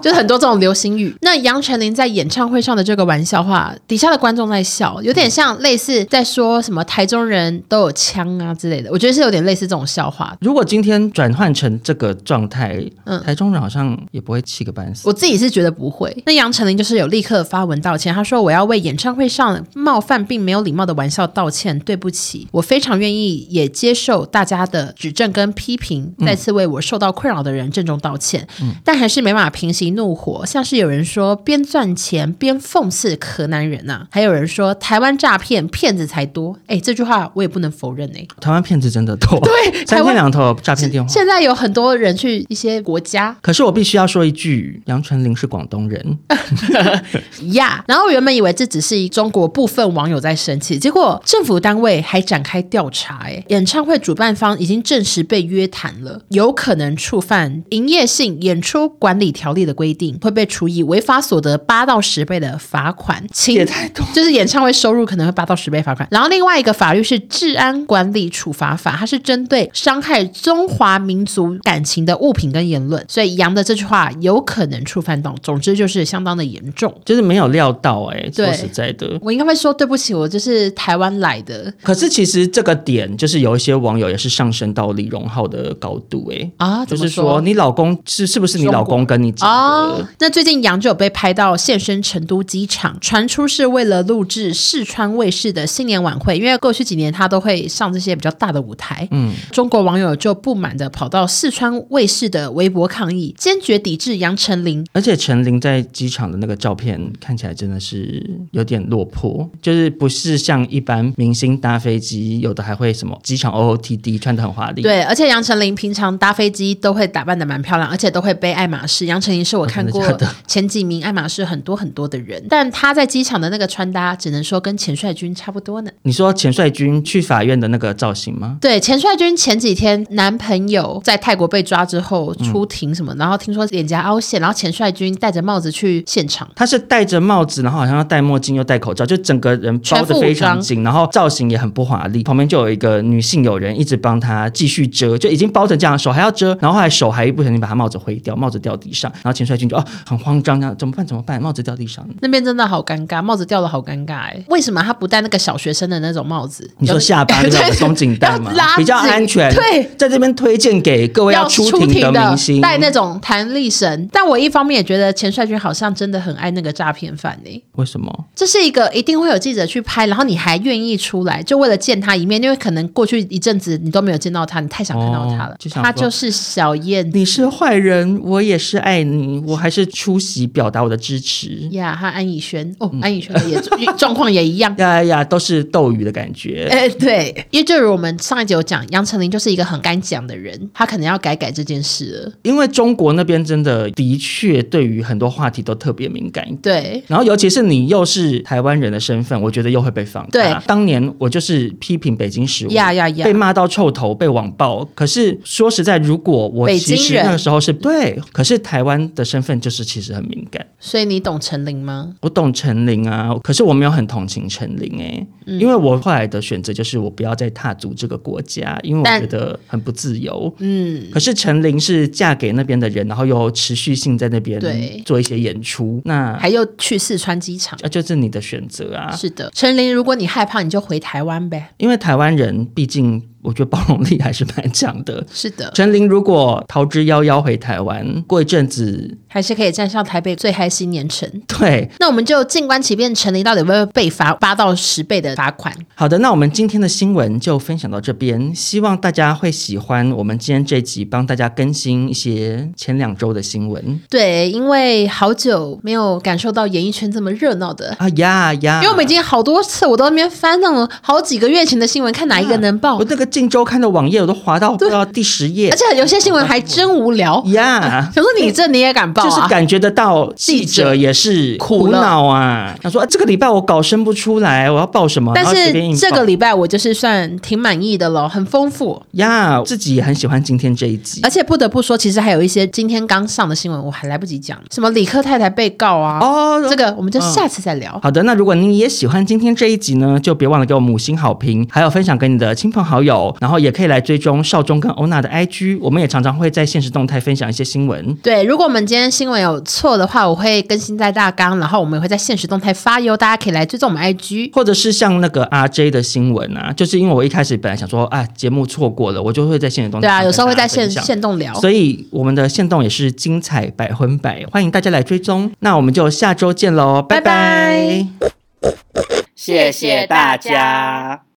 Speaker 1: 就是很多这种流行语。那杨丞琳在演唱会上的这个玩笑话，底下的观众在笑，有点像类似在说什么台中人都有枪啊之类的，我觉得是有点类似这种笑话。
Speaker 3: 如果今天转换成这个状态，
Speaker 1: 嗯
Speaker 3: 台中人好像也不会气个半死。
Speaker 1: 我自己是觉得不会。那杨丞琳就是有立刻发文道歉，她说：“我要为演唱会上冒犯并没有礼貌的玩笑道歉，对不起，我非常愿意也接受大家的指正跟批评，再次为我受到困扰的人郑重道歉。但还是没办法平息怒火，像是有人说边赚钱边讽刺河南人呐、还有人说台湾诈骗骗子才多。哎，这句话我也不能否认哎、
Speaker 3: 台湾骗子真的 多，对
Speaker 1: 台
Speaker 3: 三
Speaker 1: 湾
Speaker 3: 天两头有诈骗电话。
Speaker 1: 现在有很多人去一些国家
Speaker 3: 可是我必须要说一句，杨丞琳是广东 人，
Speaker 1: 呀、然后我原本以为这只是中国部分网友在生气，结果政府单位还展开调查、哎，演唱会主办方已经证实被约谈了，有可能触犯营业性演出管理条例的规定，会被处以违法所得八到十倍的罚款。请
Speaker 3: 也太多
Speaker 1: 就是演唱会收入可能会八到十倍罚款。然后另外一个法律是《治安管理处罚法》，它是针对伤害中华民族感情的物品跟言论，所以杨的这句话有可能触犯到，总之就是相当的严重。
Speaker 3: 就是没有料到哎、
Speaker 1: 对
Speaker 3: 说实在的。
Speaker 1: 我应该会说对不起，我就是台湾来的
Speaker 3: 可是其实这个点，就是有一些网友也是上升到李荣浩的高度哎、
Speaker 1: 啊，
Speaker 3: 就
Speaker 1: 怎么
Speaker 3: 是说你老公是是不是你老公跟你讲的？
Speaker 1: 哦，那最近杨就有被拍到现身成都机场，传出是为了录制四川卫视的新年晚会，因为过去几年他都会上这些比较大的舞台。嗯，中国网友就不满的跑到四川卫视的微博抗议，坚决抵制杨丞琳。
Speaker 3: 而且陈琳在机场的那个照片看起来真的是有点落魄，就是不是像一般明星搭飞机，有的还会什么机场 OOTD 穿的很华丽。
Speaker 1: 对，而且杨丞琳平常搭飞机都会打扮的蛮漂亮，而且都会背爱马仕。杨丞琳是我看过
Speaker 3: 哦真的假的
Speaker 1: 前几名爱马仕很多很多的人，但她在机场的那个穿搭，只能说跟钱帅军差不多呢。
Speaker 3: 你说钱帅军去法院的那个造型吗？
Speaker 1: 对，钱帅军前几天男朋友在泰国被抓之后
Speaker 3: 嗯
Speaker 1: 出庭什么，然后听说脸颊凹陷，然后钱帅军戴着帽子去现场。
Speaker 3: 他是戴着帽子，然后好像要戴墨镜又戴口罩，就整个人包的非常紧，然后造型也很不华丽。旁边就有一个女性友人一直帮他继续遮，就已经包成这样，手还要遮，然后后来手还一不小心把他帽子挥掉，帽子掉地上，然后钱帅军就哦很慌张，这样怎么办怎么办？帽子掉地上，
Speaker 1: 那边真的好尴尬，帽子掉了好尴尬哎、为什么他不戴那个小学生的那种帽子？
Speaker 3: 你说下 巴那
Speaker 1: 对
Speaker 3: 个松紧带嘛
Speaker 1: 要拉，紧
Speaker 3: 比较安全。
Speaker 1: 对，
Speaker 3: 在这边推荐给各位
Speaker 1: 要
Speaker 3: 出
Speaker 1: 出
Speaker 3: 庭
Speaker 1: 庭
Speaker 3: 明星。
Speaker 1: 戴那种弹力绳，但我一方面也觉得钱帅军好像真的很爱那个诈骗犯呢、欸
Speaker 3: 为什么？
Speaker 1: 这是一个一定会有记者去拍，然后你还愿意出来，就为了见他一面，因为可能过去一阵子你都没有见到他，你太想看到他了。
Speaker 3: 哦就想说
Speaker 1: 他就是小燕子
Speaker 3: 你是坏人，我也是爱你，
Speaker 1: 嗯
Speaker 3: 我还是出席表达我的支持。
Speaker 1: 呀和安以轩
Speaker 3: 嗯
Speaker 1: 哦，安以轩的也 状况也 一样。
Speaker 3: 呀呀呀，都是斗鱼的感觉。
Speaker 1: 哎、对，因为就如我们上一集有讲，杨丞琳就是一个很敢讲的人，她可能要改改这件事了。
Speaker 3: 因为中国那边真的的确对于很多话题都特别敏感。
Speaker 1: 对，
Speaker 3: 然后，尤其是你又是台湾人的身份，我觉得又会被放大。
Speaker 1: 对
Speaker 3: 当年我就是批评北京食物，
Speaker 1: 呀呀呀
Speaker 3: 被骂到臭头，被网暴。可是说实在，如果我
Speaker 1: 北
Speaker 3: 其
Speaker 1: 京
Speaker 3: 实
Speaker 1: 人
Speaker 3: 那个时候是对，可是台湾的身份就是其实很敏感。
Speaker 1: 所以你懂陈琳吗？
Speaker 3: 我懂陈琳啊，可是我没有很同情陈琳哎、
Speaker 1: 嗯
Speaker 3: 因为我后来的选择就是我不要再踏足这个国家，因为我
Speaker 1: 但
Speaker 3: 觉得很不自由。嗯，可是陈琳是嫁给那边的人，然后又持续性在那边
Speaker 1: 对
Speaker 3: 做一些演出，那
Speaker 1: 还又去四川机场？
Speaker 3: 啊就是你的选择啊，
Speaker 1: 是的，陈琳，如果你害怕，你就回台湾呗。
Speaker 3: 因为台湾人毕竟我觉得包容力还是蛮强的。
Speaker 1: 是的，
Speaker 3: 陈琳如果逃之夭夭回台湾，过一阵子，
Speaker 1: 还是可以站上台北最嗨新年城。
Speaker 3: 对，
Speaker 1: 那我们就静观其变，陈琳到底会不会被罚八到十倍的罚款？
Speaker 3: 好的，那我们今天的新闻就分享到这边，希望大家会喜欢我们今天这集帮大家更新一些前两周的新闻。
Speaker 1: 对，因为好久没有感受到演艺圈这么热闹的
Speaker 3: 啊呀呀！
Speaker 1: 因为我们已经好多次，我都在那边翻那种好几个月前的新闻，看哪一个能报
Speaker 3: 我，那个《镜周刊》的网页我都滑到不知道第十页
Speaker 1: 而且有些新闻还真无聊。
Speaker 3: 呀。
Speaker 1: 想说你这你也敢报
Speaker 3: 就是
Speaker 1: 啊？
Speaker 3: 感觉得到记者也是苦恼啊，他说、啊、这个礼拜我稿生不出来，我要报什么？
Speaker 1: 但
Speaker 3: 然后随便硬
Speaker 1: 是
Speaker 3: 报
Speaker 1: 这个礼拜我就是算挺满意的了，很丰富，
Speaker 3: 呀，自己也很喜欢今天这一集
Speaker 1: 而且不得不说，其实还有一些今天刚上的新闻我还来不及讲，什么理科太太被告啊，
Speaker 3: 哦。
Speaker 1: 这个我们就
Speaker 3: 嗯
Speaker 1: 下次再聊。
Speaker 3: 好的，那如果你也喜欢今天这一集呢，就别忘了给我们五星好评，还有分享给你的亲朋好友，然后也可以来追踪少中跟欧娜的 IG，我们也常常会在现实动态分享一些新闻。
Speaker 1: 对，如果我们今天新闻有错的话，我会更新在大纲，然后我们也会在现实动态发哟，大家可以来追踪我们 IG。
Speaker 3: 或者是像那个 RJ 的新闻啊，就是因为我一开始本来想说啊，节目错过了，我就会在现实动态
Speaker 1: 对啊，有时候会在
Speaker 3: 跟
Speaker 1: 线
Speaker 3: 大家分享
Speaker 1: 线动聊。
Speaker 3: 所以我们的线动也是精彩百分百，欢迎大家来追踪。那我们就下周见喽，拜
Speaker 1: 拜
Speaker 3: 拜
Speaker 1: 拜
Speaker 2: 谢谢大家。